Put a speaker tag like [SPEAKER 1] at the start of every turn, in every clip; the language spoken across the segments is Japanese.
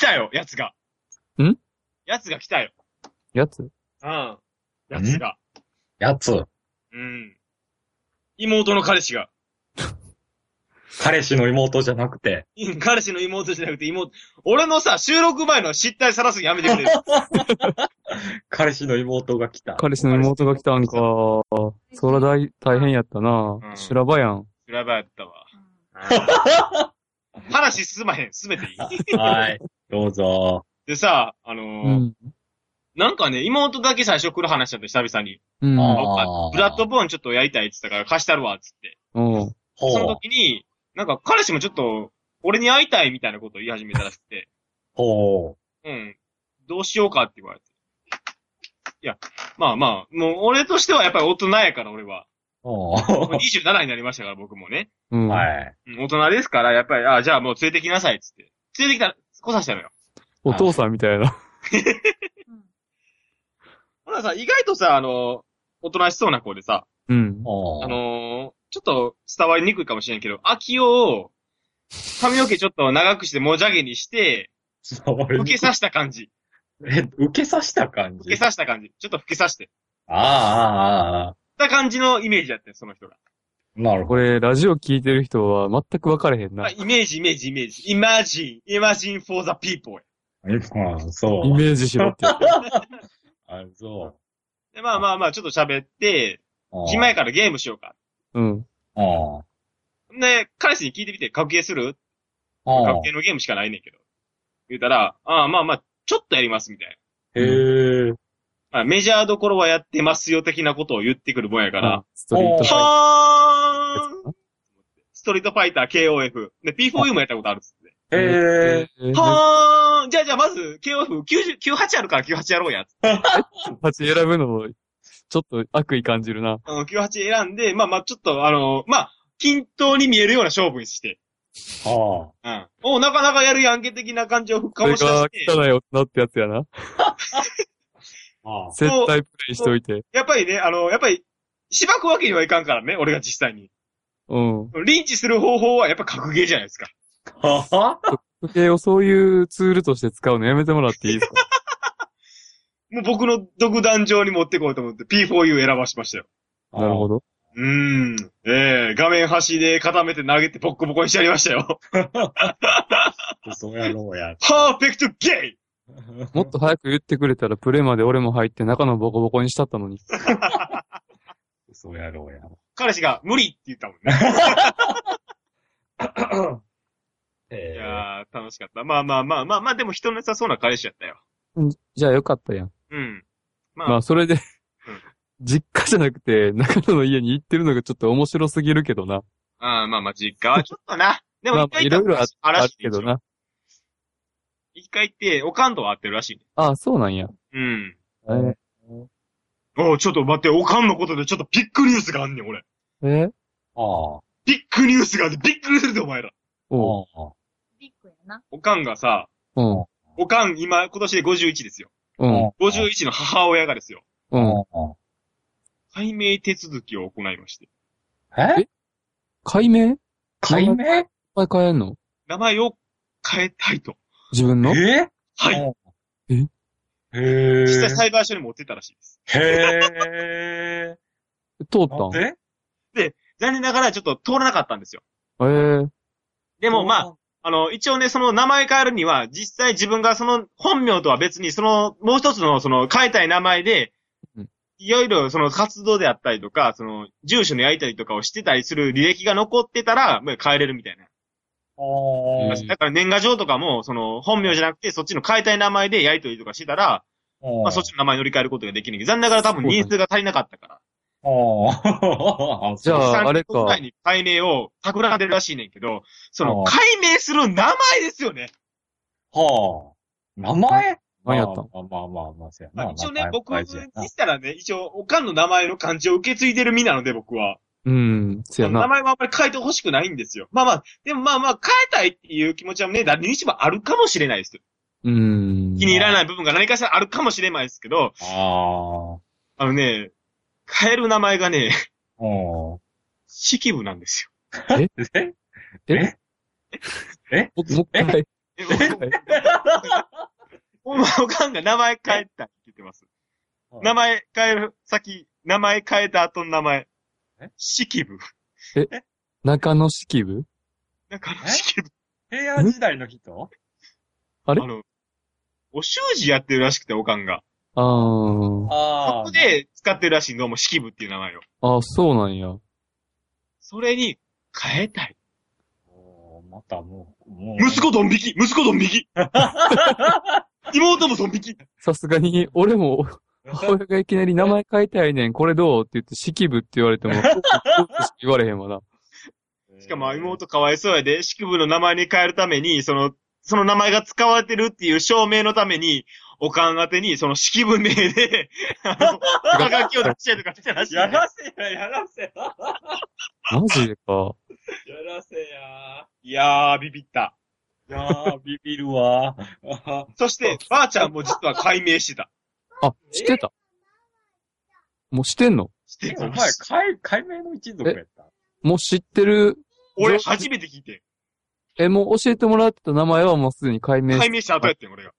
[SPEAKER 1] たよ、やつが。
[SPEAKER 2] ん
[SPEAKER 1] やつが来たよ。
[SPEAKER 2] やつ
[SPEAKER 1] うん。やつが。
[SPEAKER 3] やつ、
[SPEAKER 1] うん。妹の彼氏が。
[SPEAKER 3] 彼氏の妹じゃなくて。
[SPEAKER 1] い彼氏の妹じゃなくて妹。俺のさ、収録前の失態さらすのやめてくれる。
[SPEAKER 3] 彼氏の妹が来た。
[SPEAKER 2] 彼氏の妹が来たんか。そら大、大変やったな
[SPEAKER 1] う。ん
[SPEAKER 2] 修羅場やん。
[SPEAKER 1] やばやったわ。 話進まへん。進めていい
[SPEAKER 3] はい。どうぞ。
[SPEAKER 1] でさ、あの
[SPEAKER 2] う
[SPEAKER 1] ー
[SPEAKER 2] ん。
[SPEAKER 1] なんかね、妹だけ最初来る話だった久々に。
[SPEAKER 2] うん。
[SPEAKER 3] あー
[SPEAKER 1] あブラッドボーンちょっとやりたいって言ったから貸したるわ、つって。
[SPEAKER 2] おう
[SPEAKER 3] ほ
[SPEAKER 1] その
[SPEAKER 3] う。
[SPEAKER 1] 時に、なんか彼氏もちょっと、俺に会いたいみたいなことを言い始めたらしくて。
[SPEAKER 3] ほ
[SPEAKER 1] うん。どうしようかって言われて。いや、まあまあ、もう俺としてはやっぱり大人やから俺は。
[SPEAKER 3] う。ほ
[SPEAKER 1] もう27になりましたから僕もね。
[SPEAKER 2] うん。
[SPEAKER 3] う。はい。
[SPEAKER 1] うん大人ですから、やっぱり、あ、じゃあもう連れてきなさいっつって。連れてきた、来させたのよ。
[SPEAKER 2] お父さんみたいな。
[SPEAKER 1] ほらさ、意外とさ、あの、おとなしそうな子でさ、
[SPEAKER 2] うん。
[SPEAKER 3] ほう。
[SPEAKER 1] あのーちょっと伝わりにくいかもしれんけど、秋代を、髪の毛ちょっと長くしてもじゃげにして、
[SPEAKER 3] それ、
[SPEAKER 1] 受けさした感じ。
[SPEAKER 3] え、受けさした感じ
[SPEAKER 1] 受けさした感じ。ちょっと吹きさして。
[SPEAKER 3] ああ、ああ、ああ。
[SPEAKER 1] た感じのイメージやってん、その人が。
[SPEAKER 3] なるほ
[SPEAKER 2] これ、ラジオ聞いてる人は全く分かれへんな
[SPEAKER 1] あ。イメージ、イメージ、イメージ。imagine, imagine for the people.
[SPEAKER 3] ど。うん、そう。
[SPEAKER 2] イメージしろって言って。
[SPEAKER 3] あ、そ
[SPEAKER 1] で、まあまあまあ、ちょっと喋って、
[SPEAKER 3] う。
[SPEAKER 1] 暇や
[SPEAKER 3] か。
[SPEAKER 1] からゲームしようか。
[SPEAKER 2] うん。
[SPEAKER 3] うん。
[SPEAKER 1] で、彼氏に聞いてみて、格ゲーする
[SPEAKER 3] う
[SPEAKER 1] 格
[SPEAKER 3] ん。
[SPEAKER 1] ゲーのゲームしかないねんけど。言うたら、ああ、まあまあ、ちょっとやります、みたいな。
[SPEAKER 3] へえ。
[SPEAKER 1] まあ、メジャーどころはやってますよ、的なことを言ってくるもんやから。
[SPEAKER 2] ストリート
[SPEAKER 3] うん
[SPEAKER 2] ファイ
[SPEAKER 1] はーん
[SPEAKER 2] ター
[SPEAKER 1] ストリートファイター KOF。で、P4U もやったことあるっつって。
[SPEAKER 3] へえ。
[SPEAKER 2] え
[SPEAKER 1] はーんじゃあじゃあまず KOF98 98あるから98やろうや。
[SPEAKER 2] 8選ぶの、ちょっと悪意感じるな。
[SPEAKER 1] あの、98選んで、まあまあちょっとあの、まあ、均等に見えるような勝負にして。
[SPEAKER 3] はあ。
[SPEAKER 1] うん。おなかなかやるやんけ的な感じを
[SPEAKER 2] こ
[SPEAKER 1] 深
[SPEAKER 2] れ
[SPEAKER 1] 押し出
[SPEAKER 2] が
[SPEAKER 1] して。
[SPEAKER 2] 汚い女ってやつやな。
[SPEAKER 3] ああ。
[SPEAKER 2] 接待プレイしといて。
[SPEAKER 1] やっぱりね、あの、やっぱり、しばくわけにはいかんからね、俺が実際に。
[SPEAKER 2] うん。
[SPEAKER 1] リンチする方法はやっぱ格ゲーじゃないですか。
[SPEAKER 3] はは
[SPEAKER 2] 時計をそういうツールとして使うのやめてもらっていいで すか
[SPEAKER 1] もう僕の独壇場に持ってこうと思って P4U 選ばしましたよ。
[SPEAKER 2] なるほ
[SPEAKER 3] ど。
[SPEAKER 2] ど。
[SPEAKER 1] うーん。ええ画面端で固めて投げてボッコボコにしてやりましたよ。
[SPEAKER 3] そうやろうや。
[SPEAKER 1] パーフェクトゲイ
[SPEAKER 2] もっと早く言ってくれたら、プレイまで俺も入って中のボコボコにしたったのに。
[SPEAKER 3] そうやろうや。
[SPEAKER 1] 彼氏が無理って言ったもんね。い
[SPEAKER 3] ええ。
[SPEAKER 1] やー、楽しかった。まあまあまあまあまあ、でも人の良さそうな彼氏やったよ。
[SPEAKER 2] じゃあよかったやん。
[SPEAKER 1] うん。まあ、
[SPEAKER 2] まあ、それで、実家じゃなくて、中野の家に行ってるのがちょっと面白すぎるけどな。
[SPEAKER 1] あーまあまあ、実家はちょっとな。で
[SPEAKER 2] ま
[SPEAKER 1] も
[SPEAKER 2] あ
[SPEAKER 1] 一
[SPEAKER 2] ま
[SPEAKER 1] 回
[SPEAKER 2] あ、い
[SPEAKER 1] 行った
[SPEAKER 2] ろいろああ
[SPEAKER 1] 嵐
[SPEAKER 2] るけど。な。
[SPEAKER 1] 一回行って、おかんとは会ってるらしいね。
[SPEAKER 2] ああ、そうなんや。
[SPEAKER 1] うん。
[SPEAKER 2] えー
[SPEAKER 1] おうちょっと待って、おかんのことでちょっとビッグニュースがあんねん、俺。
[SPEAKER 2] えー
[SPEAKER 3] ああ。
[SPEAKER 1] ビッグニュースがあって、びっくりするで、お前ら。
[SPEAKER 2] おう。
[SPEAKER 4] ビッグやな。
[SPEAKER 1] おかんがさ、
[SPEAKER 2] うん。
[SPEAKER 1] おかん今、今年で51ですよ。
[SPEAKER 2] うん。
[SPEAKER 1] 51の母親がですよ。
[SPEAKER 2] うん。
[SPEAKER 1] 解明手続きを行いまして。
[SPEAKER 3] え
[SPEAKER 2] 解明
[SPEAKER 3] 解明え
[SPEAKER 2] いっぱい変えんの
[SPEAKER 1] 名前を変えたいと。
[SPEAKER 2] 自分の
[SPEAKER 1] はい。
[SPEAKER 2] え
[SPEAKER 3] えへえ。
[SPEAKER 1] 実際裁判所に持ってったらしいです。
[SPEAKER 3] へえ。
[SPEAKER 2] 通っ
[SPEAKER 3] なん
[SPEAKER 2] たん
[SPEAKER 3] で
[SPEAKER 1] 残念ながらちょっと通らなかったんですよ。
[SPEAKER 2] えー、
[SPEAKER 1] でもまあ、、あの、一応ね、その名前変えるには、実際自分がその本名とは別に、その、もう一つのその変えたい名前で
[SPEAKER 2] うん、
[SPEAKER 1] いろいろその活動であったりとか、その、住所のやりたりとかをしてたりする履歴が残ってたら、もう変えれるみたいな。
[SPEAKER 3] あ
[SPEAKER 2] う
[SPEAKER 3] あ
[SPEAKER 2] ん
[SPEAKER 1] だから年賀状とかも、その、本名じゃなくて、そっちの変えたい名前でやりとりとかしてたら、まあそっちの名前乗り換えることができるんだけど残念ながら多分人数が足りなかったから。
[SPEAKER 3] ああ。
[SPEAKER 2] じゃあ
[SPEAKER 1] 3
[SPEAKER 2] あれか
[SPEAKER 1] 年前に解明を企んでるらしいねんけど、その、
[SPEAKER 3] あ
[SPEAKER 1] 解明する名前ですよね。
[SPEAKER 3] はあ。名前
[SPEAKER 2] 何やったん
[SPEAKER 3] まあまあまあまあ、せや
[SPEAKER 1] ま
[SPEAKER 3] な
[SPEAKER 1] あ、一応ね、
[SPEAKER 3] 名前
[SPEAKER 1] 僕
[SPEAKER 3] 大
[SPEAKER 1] に
[SPEAKER 3] 事や
[SPEAKER 1] したらね、一応、おかんの名前の漢字を受け継いでる身なので、僕は。
[SPEAKER 2] うん、せや
[SPEAKER 1] 名
[SPEAKER 2] な。
[SPEAKER 1] 前はあんまり変えてほしくないんですよ。まあまあ、でもまあまあ、変えたいっていう気持ちはね、誰にしもあるかもしれないですよ。
[SPEAKER 2] うん。
[SPEAKER 1] 気に入らない部分が何かしらあるかもしれないですけど、
[SPEAKER 3] なあ
[SPEAKER 1] あのね、変える名前がね、
[SPEAKER 3] あ。うん。
[SPEAKER 1] 式部なんです
[SPEAKER 3] え
[SPEAKER 2] え僕もう一回。
[SPEAKER 1] よ。え、僕おかんが名前変えたって言ってます。名前変える先、名前変えた後の名前
[SPEAKER 3] え。
[SPEAKER 1] 式部。
[SPEAKER 2] 中野式部
[SPEAKER 1] だから
[SPEAKER 3] え
[SPEAKER 1] 式部。
[SPEAKER 3] 平安時代の人
[SPEAKER 2] あれ
[SPEAKER 1] あの、お習字やってるらしくて、おかんが。
[SPEAKER 2] あー。
[SPEAKER 3] あ
[SPEAKER 1] そ
[SPEAKER 3] あ
[SPEAKER 1] こ。で使ってるらしいのも式部っていう名前を。
[SPEAKER 2] あー、そうなんや。
[SPEAKER 1] それに変えたい。
[SPEAKER 3] おーまたもう、もう。
[SPEAKER 1] 息子ドン引き息子ドン引 き妹もドン引き
[SPEAKER 2] さすがに、俺も、母親がいきなり名前変えたいねん、これどうって言って、式部って言われても、言われへんわな。
[SPEAKER 1] しかも妹かわいそうやで、式部の名前に変えるために、その、その名前が使われてるっていう証明のために、おかん宛てに、その式部名で、 あの、はがきを出したりとかしてたらしい。
[SPEAKER 3] やらせや、やらせや。
[SPEAKER 2] マジでか。
[SPEAKER 3] やらせや。
[SPEAKER 1] いやー、ビビった。
[SPEAKER 3] いやー、ビビる わ。あ
[SPEAKER 1] そ して、ばあちゃんも実は解明してた。
[SPEAKER 2] あ、してたもうしてんの
[SPEAKER 1] して
[SPEAKER 3] お
[SPEAKER 1] た
[SPEAKER 3] 前、。解、解明の一族やった。
[SPEAKER 2] もう知ってる、
[SPEAKER 1] 俺初めて聞いて。
[SPEAKER 2] え、もう教えてもらってた名前はもうすでに解明し
[SPEAKER 1] 解明した後やってん、俺が。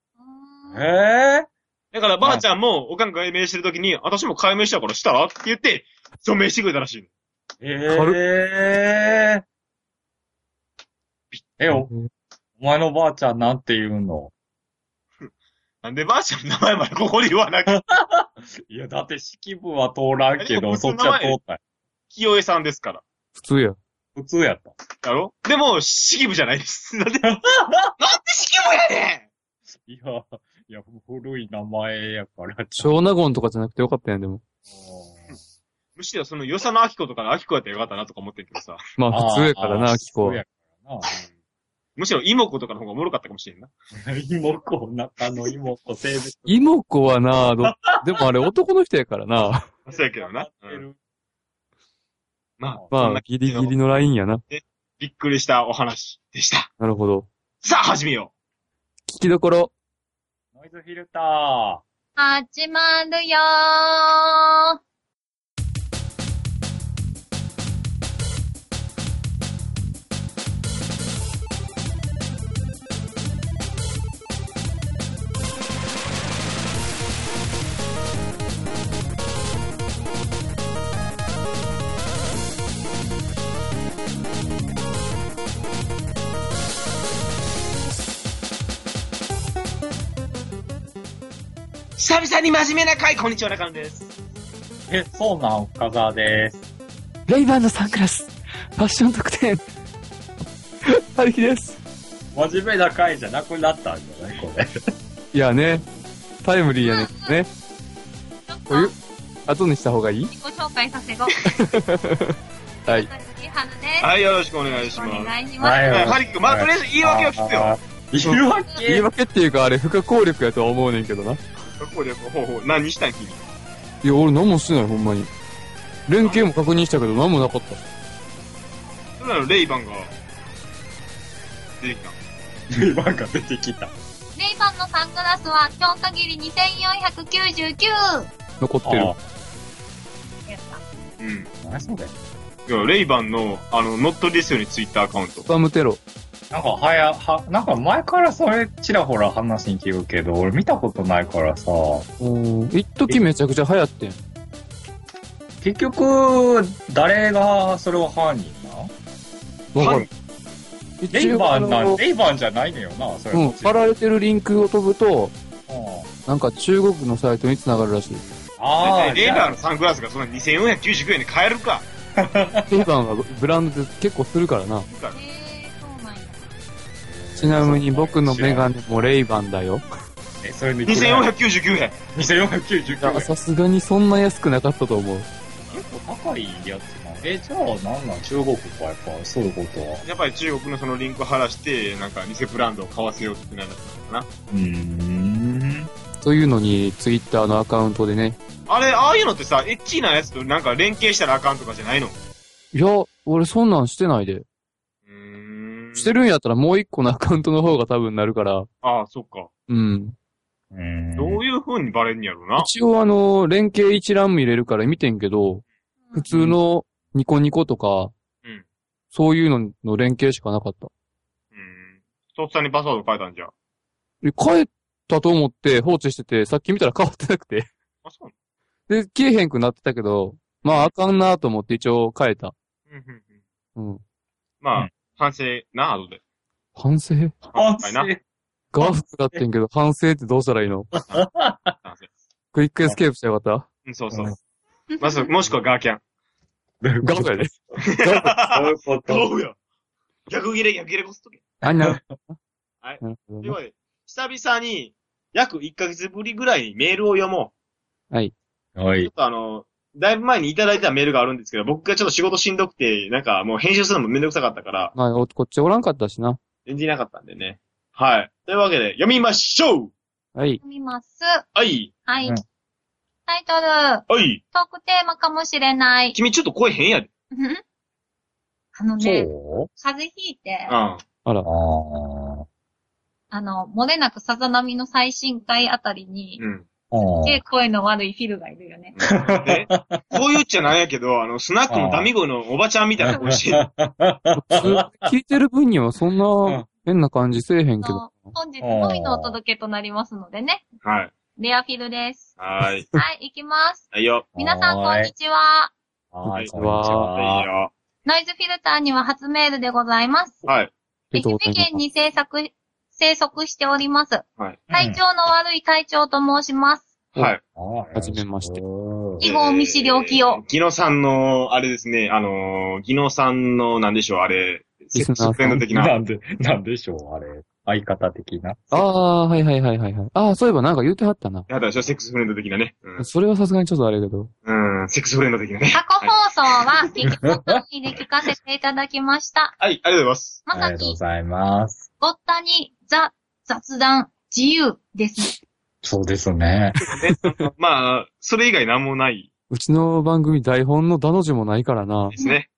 [SPEAKER 4] うーん
[SPEAKER 3] え
[SPEAKER 1] だから、ばあちゃんも、おかんが解明してる時に、私も解明したからしたらって言って、署名してくれたらしいの。
[SPEAKER 3] えええ。え、お、お前のばあちゃんなんて言うの
[SPEAKER 1] なんでばあちゃんの名前までここで言わ なきゃ。
[SPEAKER 3] いや、だって式部は通らんけ
[SPEAKER 1] えでも
[SPEAKER 3] ど、
[SPEAKER 1] 普通
[SPEAKER 3] そ
[SPEAKER 1] の
[SPEAKER 3] っちは通ったよ。
[SPEAKER 1] 清江さんですから。
[SPEAKER 2] 普通や。
[SPEAKER 3] 普通やった。
[SPEAKER 1] だろでも、式部じゃないです。 なんで、なんで式部やね
[SPEAKER 3] いや、いや、古い名前やから。
[SPEAKER 2] 小納言とかじゃなくてよかったやん、でも。
[SPEAKER 1] んむしろその、与謝野明子とかの明子やったらよかったなとか思ってんけどさ。
[SPEAKER 2] ま
[SPEAKER 3] あ
[SPEAKER 2] あ普
[SPEAKER 3] ー
[SPEAKER 2] 通やからな、
[SPEAKER 3] あー
[SPEAKER 2] アキコ
[SPEAKER 3] 普通
[SPEAKER 2] は
[SPEAKER 3] や。からな。
[SPEAKER 1] むしろ、妹子とかの方がおもろかったかもしれんな。
[SPEAKER 3] 妹子、中の妹子、性別。
[SPEAKER 2] 妹子はな、ど、でもあれ男の人やからな。
[SPEAKER 1] そうやけどな。うんまあ、そん
[SPEAKER 2] まあ
[SPEAKER 1] な、
[SPEAKER 2] ギリギリのラインやな。
[SPEAKER 1] びっくりしたお話でした。
[SPEAKER 2] なるほど。
[SPEAKER 1] さあ、始めよ
[SPEAKER 2] 聞きどころ。
[SPEAKER 3] ノイズフィルター。
[SPEAKER 4] 始まるよー。
[SPEAKER 1] う久々に真面目な回、こんにちは、中野です。
[SPEAKER 3] え、そうなん、深沢です。
[SPEAKER 2] レイバンのサングラス。ファッション特典。はるきです。
[SPEAKER 3] 真面目な回じゃなくなったんじゃないこれ。
[SPEAKER 2] いやね、タイムリーやね。ね。
[SPEAKER 4] ちょっと
[SPEAKER 2] こういう、後にした方がいい
[SPEAKER 4] 自己紹介させご。
[SPEAKER 2] はい。
[SPEAKER 4] 杉原です。
[SPEAKER 1] はい、よろしくお願いします。
[SPEAKER 4] お
[SPEAKER 1] はい
[SPEAKER 4] 願いします。
[SPEAKER 3] はい
[SPEAKER 1] ハリキ君、まあ、とりあえず言い訳を聞くよ。
[SPEAKER 3] あー。言い
[SPEAKER 2] 言い
[SPEAKER 3] 訳
[SPEAKER 2] 訳っていうか、あれ不可抗力やとは思うねんけどな。い
[SPEAKER 1] ここで、ほうほう、何したん君。
[SPEAKER 2] や、俺何もしてない、ほんまに。連携も確認したけど何もなかった。
[SPEAKER 1] それなのレイバンが、出てきた。
[SPEAKER 3] 言い訳が出てきた。
[SPEAKER 4] レイバンのサングラスは今日限り2499
[SPEAKER 2] 残ってる。
[SPEAKER 4] やっ
[SPEAKER 1] う
[SPEAKER 4] た。
[SPEAKER 1] ん。
[SPEAKER 3] あー。何それ
[SPEAKER 1] いや、レイバンの、あの、乗っ取りですよね、ツイッターアカウント
[SPEAKER 2] ス。パムテロ。
[SPEAKER 3] なんか、はや、は、なんか前からそれちらほら話に聞くけど、俺見たことないからさ、
[SPEAKER 2] おー一時めちゃくちゃ流行ってん。
[SPEAKER 3] 結局、誰がそれを犯人なん
[SPEAKER 2] わか
[SPEAKER 1] は
[SPEAKER 2] る
[SPEAKER 1] い。
[SPEAKER 2] 一
[SPEAKER 3] レイ
[SPEAKER 2] 応
[SPEAKER 3] バ
[SPEAKER 2] あ
[SPEAKER 3] ンなん、
[SPEAKER 2] の、
[SPEAKER 3] レイバンじゃないのよな、それ。
[SPEAKER 2] うん、貼られてるリンクを飛ぶと、
[SPEAKER 3] うん
[SPEAKER 2] なんか中国のサイトに繋がるら しい。
[SPEAKER 3] ああ、
[SPEAKER 1] レイ
[SPEAKER 3] じゃ
[SPEAKER 1] バ
[SPEAKER 3] あ
[SPEAKER 1] ンのサングラスがそんな2499円で買えるか。
[SPEAKER 2] レイバンはブランドで結構するから
[SPEAKER 1] い
[SPEAKER 2] な。
[SPEAKER 1] いから
[SPEAKER 4] えー、そうなんや。
[SPEAKER 2] ちなみに僕のメガネもレイバンだよ。
[SPEAKER 3] え、それで
[SPEAKER 1] 2499円。
[SPEAKER 3] 2499
[SPEAKER 2] いや、
[SPEAKER 3] 円。
[SPEAKER 2] さすがにそんな安くなかったと思う。
[SPEAKER 3] 結構高いやつな。え、じゃあなんなん中国かやっぱ、そういうことは。
[SPEAKER 1] やっぱり中国のそのリンクを晴らして、なんか偽ブランドを買わせようってなるのか
[SPEAKER 3] うーん。
[SPEAKER 2] というのに、ツイッターのアカウントでね。
[SPEAKER 1] な。あれ、ああいうのってさ、エッチなやつとなんか連携したらあかんとかじゃないの
[SPEAKER 2] いや、俺そんなんしてないで。
[SPEAKER 1] うーん。
[SPEAKER 2] してるんやったらもう一個のアカウントの方が多分なるから。
[SPEAKER 1] ああ、そっか。
[SPEAKER 2] うん。
[SPEAKER 3] うーん
[SPEAKER 1] どういう風にバレんねやろうな。
[SPEAKER 2] 一応あの、連携一覧見れるから見てんけど、
[SPEAKER 4] う
[SPEAKER 2] 普
[SPEAKER 4] ん
[SPEAKER 2] 通のニコニコとか、
[SPEAKER 1] うん
[SPEAKER 2] そういうのの連携しかなかった。
[SPEAKER 1] うん。とっさにパスワード変えたんじゃ。
[SPEAKER 2] え、変えだと思って放置してて、さっき見たら変わってなくて。
[SPEAKER 1] あ、そう
[SPEAKER 2] で、消えへんくなってたけど、まああかんなと思って一応変えた。
[SPEAKER 1] なのうんうんうん。
[SPEAKER 2] うん。
[SPEAKER 1] まあ、
[SPEAKER 3] うん
[SPEAKER 1] 反省な、後で。
[SPEAKER 2] 反省
[SPEAKER 3] あ。
[SPEAKER 1] はいな。
[SPEAKER 2] ガーフだってんけど、反省ってどうしたらいい の
[SPEAKER 1] 反省
[SPEAKER 2] クイックエスケープしてよかっ
[SPEAKER 1] うん、そうそううんまず、もしくはガーキ ャン。
[SPEAKER 2] たガーフやで。
[SPEAKER 3] そういうこと。
[SPEAKER 1] うや。逆切れ、逆切れこすっとけ。
[SPEAKER 2] あんな。
[SPEAKER 1] はい
[SPEAKER 2] なるほど
[SPEAKER 1] という
[SPEAKER 2] ね。
[SPEAKER 1] ことで、久々に、約1ヶ月ぶりぐらいにメールを読も
[SPEAKER 3] は
[SPEAKER 1] う。ちょ
[SPEAKER 3] い
[SPEAKER 1] っ。とあの、だいぶ前にいただいたメールがあるんですけど、僕がちょっと仕事しんどくて、なんかもう編集するのもめんどくさかったから、
[SPEAKER 2] まあ、おこっちおらんかったしな。
[SPEAKER 1] 全然いなかったんでね。はい。というわけで、読みましょう
[SPEAKER 2] はい。
[SPEAKER 4] みます。
[SPEAKER 1] はい、
[SPEAKER 4] はい。
[SPEAKER 3] うん
[SPEAKER 4] タイトル、
[SPEAKER 1] はい。
[SPEAKER 4] トークテーマかもしれない。
[SPEAKER 1] 君ちょっと声変やで。
[SPEAKER 4] うん あのね、
[SPEAKER 3] そ
[SPEAKER 4] 風邪ひいて、
[SPEAKER 1] うん。
[SPEAKER 2] あら
[SPEAKER 3] う。あ
[SPEAKER 4] あの、漏れなくさざ波の最新回あたりに、
[SPEAKER 1] うん。
[SPEAKER 3] あ。あ
[SPEAKER 4] で、声の悪いフィルがいるよね。
[SPEAKER 1] で、こう言っちゃなんやけど、あの、スナックのダミゴのおばちゃんみたいな声して る。
[SPEAKER 2] 普通聞いてる分にはそんな変な感じせえへんけど。
[SPEAKER 4] 本日恋のお届けとなりますのでね、
[SPEAKER 1] はい。
[SPEAKER 4] レアフィルです。
[SPEAKER 1] はーい。
[SPEAKER 4] はい、行 きます。
[SPEAKER 1] はいよ。
[SPEAKER 4] 皆さんこんにちは。
[SPEAKER 3] は
[SPEAKER 2] はい
[SPEAKER 3] い、
[SPEAKER 2] こ
[SPEAKER 3] こ
[SPEAKER 2] ん
[SPEAKER 3] ん
[SPEAKER 2] に
[SPEAKER 3] に
[SPEAKER 2] ち
[SPEAKER 3] ち
[SPEAKER 1] はい
[SPEAKER 3] は。
[SPEAKER 1] よ。
[SPEAKER 4] ノイズフィルターには初メールでございます。
[SPEAKER 1] はい。
[SPEAKER 2] ありが
[SPEAKER 4] 愛
[SPEAKER 2] とうござ
[SPEAKER 4] 媛
[SPEAKER 2] います
[SPEAKER 4] 県に生息、生息しております。
[SPEAKER 3] う
[SPEAKER 4] 体
[SPEAKER 3] ん
[SPEAKER 4] 調の悪い隊長と申します。
[SPEAKER 1] はい。
[SPEAKER 2] はじめまして。
[SPEAKER 4] 以後見知りおきを。
[SPEAKER 1] ギノさんの、あれですね、あのー、ギノさんの、なんでしょう、あれ、
[SPEAKER 2] リスナーさん
[SPEAKER 1] フレンド的
[SPEAKER 3] な
[SPEAKER 1] な。
[SPEAKER 3] んで、なんでしょう、あれ。相方的な。
[SPEAKER 2] ああ、はいはいはいはいはい。ああ、そういえばなんか言うてはったな。
[SPEAKER 1] やだでしょ、セックスフレンド的なね。うん
[SPEAKER 2] それはさすがにちょっとあれやけど。
[SPEAKER 1] うん、セックスフレンド的なね。
[SPEAKER 4] 過
[SPEAKER 1] は
[SPEAKER 4] 去
[SPEAKER 1] い
[SPEAKER 4] 放送は、劇場会議で聞かせていただきました。
[SPEAKER 1] はい、 ありがとうございます。
[SPEAKER 4] ま
[SPEAKER 3] あ
[SPEAKER 4] さ
[SPEAKER 3] りがとうご
[SPEAKER 4] に、
[SPEAKER 3] ざいます。
[SPEAKER 4] ごったに、ザ、雑談、自由です。
[SPEAKER 3] そうですね。
[SPEAKER 1] まあ、それ以外なんもないう
[SPEAKER 2] ちの番組台本のダの字もないからな
[SPEAKER 1] で。すね。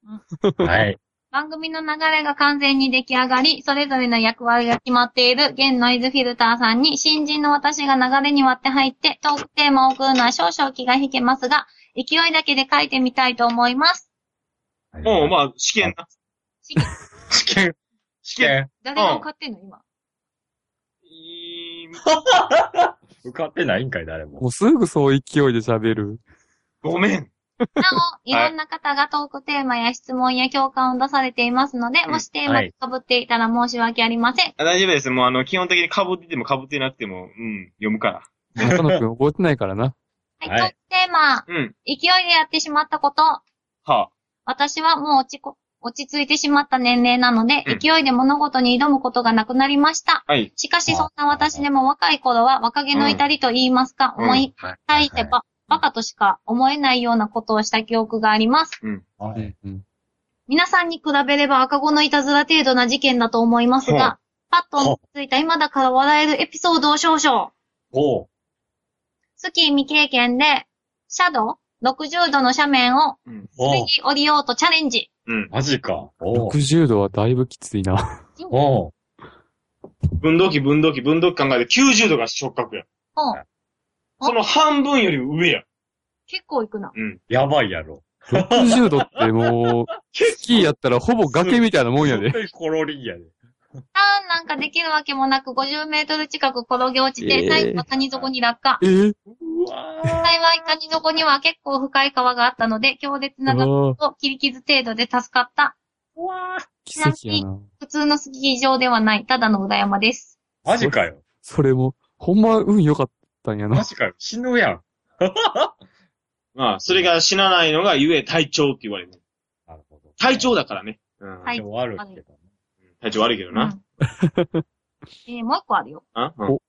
[SPEAKER 3] はい。
[SPEAKER 4] 番組の流れが完全に出来上がり、それぞれの役割が決まっている、現ノイズフィルターさんに、新人の私が流れに割って入って、トークテーマを送るのは少々気が引けますが、勢いだけで書いてみたいと思います。
[SPEAKER 1] もう、
[SPEAKER 3] あ、
[SPEAKER 1] まあ、試験な。
[SPEAKER 4] 試験
[SPEAKER 3] 試験、試
[SPEAKER 1] 験
[SPEAKER 3] 験、
[SPEAKER 4] 誰が買ってんの今。
[SPEAKER 1] いー
[SPEAKER 3] 受かってないんかい、誰も。
[SPEAKER 2] もうすぐそう勢いで喋る。
[SPEAKER 1] ごめん。
[SPEAKER 4] なお、いろんな方がトークテーマや質問や共感を出されていますので、
[SPEAKER 1] うん
[SPEAKER 4] もしテーマ
[SPEAKER 3] はい
[SPEAKER 4] が被っていたら申し訳ありません。
[SPEAKER 1] あ大丈夫です。もう、あの、基本的に被ってても被ってなくても、うん、読むから。
[SPEAKER 2] 中野くん覚えてないからな。
[SPEAKER 4] はい、
[SPEAKER 3] はい
[SPEAKER 4] トークテーマ、
[SPEAKER 1] うん、
[SPEAKER 4] 勢いでやってしまったこと、
[SPEAKER 1] は
[SPEAKER 4] 私はもう落ちこ、落ち着いてしまった年齢なので、
[SPEAKER 1] うん
[SPEAKER 4] 勢いで物事に挑むことがなくなりました。
[SPEAKER 1] あ、はい。
[SPEAKER 4] しかし、
[SPEAKER 3] あ
[SPEAKER 4] そんな私でも若い頃は若気の至りと言いますか、
[SPEAKER 1] うん
[SPEAKER 4] 思い
[SPEAKER 3] はい
[SPEAKER 4] 返せば、バカとしか思えないようなことをした記憶があります。
[SPEAKER 3] は
[SPEAKER 2] う
[SPEAKER 3] い
[SPEAKER 2] んうん。
[SPEAKER 4] 皆さんに比べれば赤子のいたずら程度な事件だと思います
[SPEAKER 1] は
[SPEAKER 4] が、パッと思いついた今だから笑えるエピソードを少々。
[SPEAKER 3] おう。
[SPEAKER 4] スキー未経験で、シャドウ ?60 度の斜面を
[SPEAKER 1] うん、
[SPEAKER 4] 滑
[SPEAKER 3] おう
[SPEAKER 4] り。降りようとチャレンジ。
[SPEAKER 1] うん。
[SPEAKER 3] マジか。おう。
[SPEAKER 2] 60度はだいぶきつ いな。
[SPEAKER 3] おう。
[SPEAKER 1] 分度器、分度器、分度器考えて90度が触覚や。
[SPEAKER 4] ほう
[SPEAKER 3] はい
[SPEAKER 1] その半分より上や。
[SPEAKER 4] 結構行くな。
[SPEAKER 1] うん。
[SPEAKER 3] やばいやろ。
[SPEAKER 2] 60度って もう、スキーやったらほぼ崖みたいなもんやで。
[SPEAKER 3] 本当にコロリンやで。
[SPEAKER 4] ターンなんかできるわけもなく50メートル近く転げ落ち
[SPEAKER 2] え
[SPEAKER 4] て、
[SPEAKER 2] ー
[SPEAKER 4] 最後は谷底に落下。
[SPEAKER 2] えー、
[SPEAKER 3] うわ
[SPEAKER 4] 幸い谷底には結構深い川があったので、強烈な波
[SPEAKER 2] ああ、
[SPEAKER 4] と切り傷程度で助かった。
[SPEAKER 3] うわ
[SPEAKER 2] 奇跡やな。
[SPEAKER 4] 普通のスキー場ではない、ただの裏山です。
[SPEAKER 3] マジかよ。
[SPEAKER 2] それも、ほんま運良かったんや
[SPEAKER 3] マ
[SPEAKER 2] な。
[SPEAKER 3] ジかよ。死ぬやん。
[SPEAKER 1] まあ、それが死なないのがゆえ体調って言われる。
[SPEAKER 3] なるほど。
[SPEAKER 1] 体調だからね。うん。
[SPEAKER 4] はい
[SPEAKER 3] でも悪いけどね。
[SPEAKER 1] 体調悪いけどな。
[SPEAKER 4] うん。えーもう一個あるよ。
[SPEAKER 1] あうん
[SPEAKER 2] お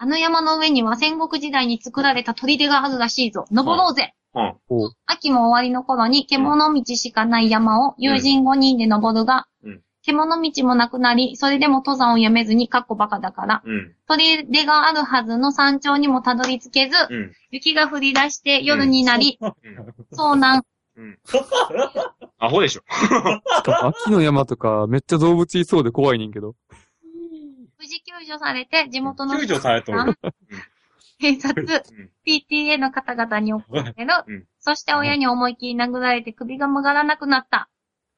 [SPEAKER 4] あの山の上には戦国時代に作られた砦があるらしいぞ。登ろうぜ。
[SPEAKER 1] うん。
[SPEAKER 2] おう
[SPEAKER 4] 秋も終わりの頃に獣道しかない山を友人5人で登るが、
[SPEAKER 1] うん
[SPEAKER 4] 獣道もなくなり、それでも登山をやめずに、かっこバカだから、
[SPEAKER 1] うん。
[SPEAKER 4] 砦があるはずの山頂にもたどり着けず、
[SPEAKER 1] うん。
[SPEAKER 4] 雪が降り出して夜になり、
[SPEAKER 1] うん。
[SPEAKER 4] 遭難。
[SPEAKER 1] アホでしょ。
[SPEAKER 2] しかも秋の山とか、めっちゃ動物いそうで怖いねんけど。
[SPEAKER 4] 無事救助されて、地元の
[SPEAKER 3] 救助されとる。
[SPEAKER 4] 警察、
[SPEAKER 1] うん。
[SPEAKER 4] PTA の方々に怒られる。
[SPEAKER 1] うん
[SPEAKER 4] そして親に思い切り殴られて首が曲がらなくなった。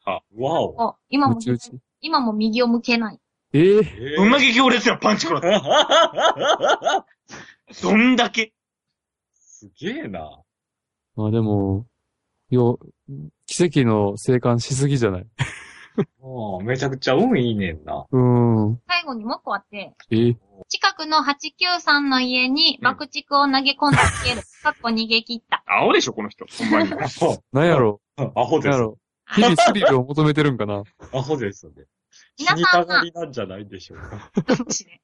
[SPEAKER 3] わお。
[SPEAKER 4] お今も
[SPEAKER 2] うちうち。
[SPEAKER 4] 今も右を向けない。
[SPEAKER 2] ええ
[SPEAKER 1] どんだけ強烈なパンチ食らった。 どんだけ。
[SPEAKER 3] すげえな。
[SPEAKER 2] まあでも、よ、奇跡の生還しすぎじゃない
[SPEAKER 3] うんめちゃくちゃ運いいねんな。
[SPEAKER 2] うーん。
[SPEAKER 4] 最後にもう一個あって、
[SPEAKER 2] え
[SPEAKER 4] 近くの893の家に爆竹を投げ込んで 逃げる。かっこ逃げ切った。
[SPEAKER 1] 青でしょ、この人。ほん まに。
[SPEAKER 3] アホ。
[SPEAKER 2] なんやろ
[SPEAKER 3] アホで
[SPEAKER 2] なんや
[SPEAKER 3] す。
[SPEAKER 2] ろ日々スリルを求めてるんかな
[SPEAKER 3] アホですね。
[SPEAKER 4] 皆
[SPEAKER 3] 死に
[SPEAKER 4] さ
[SPEAKER 3] た
[SPEAKER 4] んは
[SPEAKER 3] がりなんじゃないでしょうか。
[SPEAKER 4] かもしれん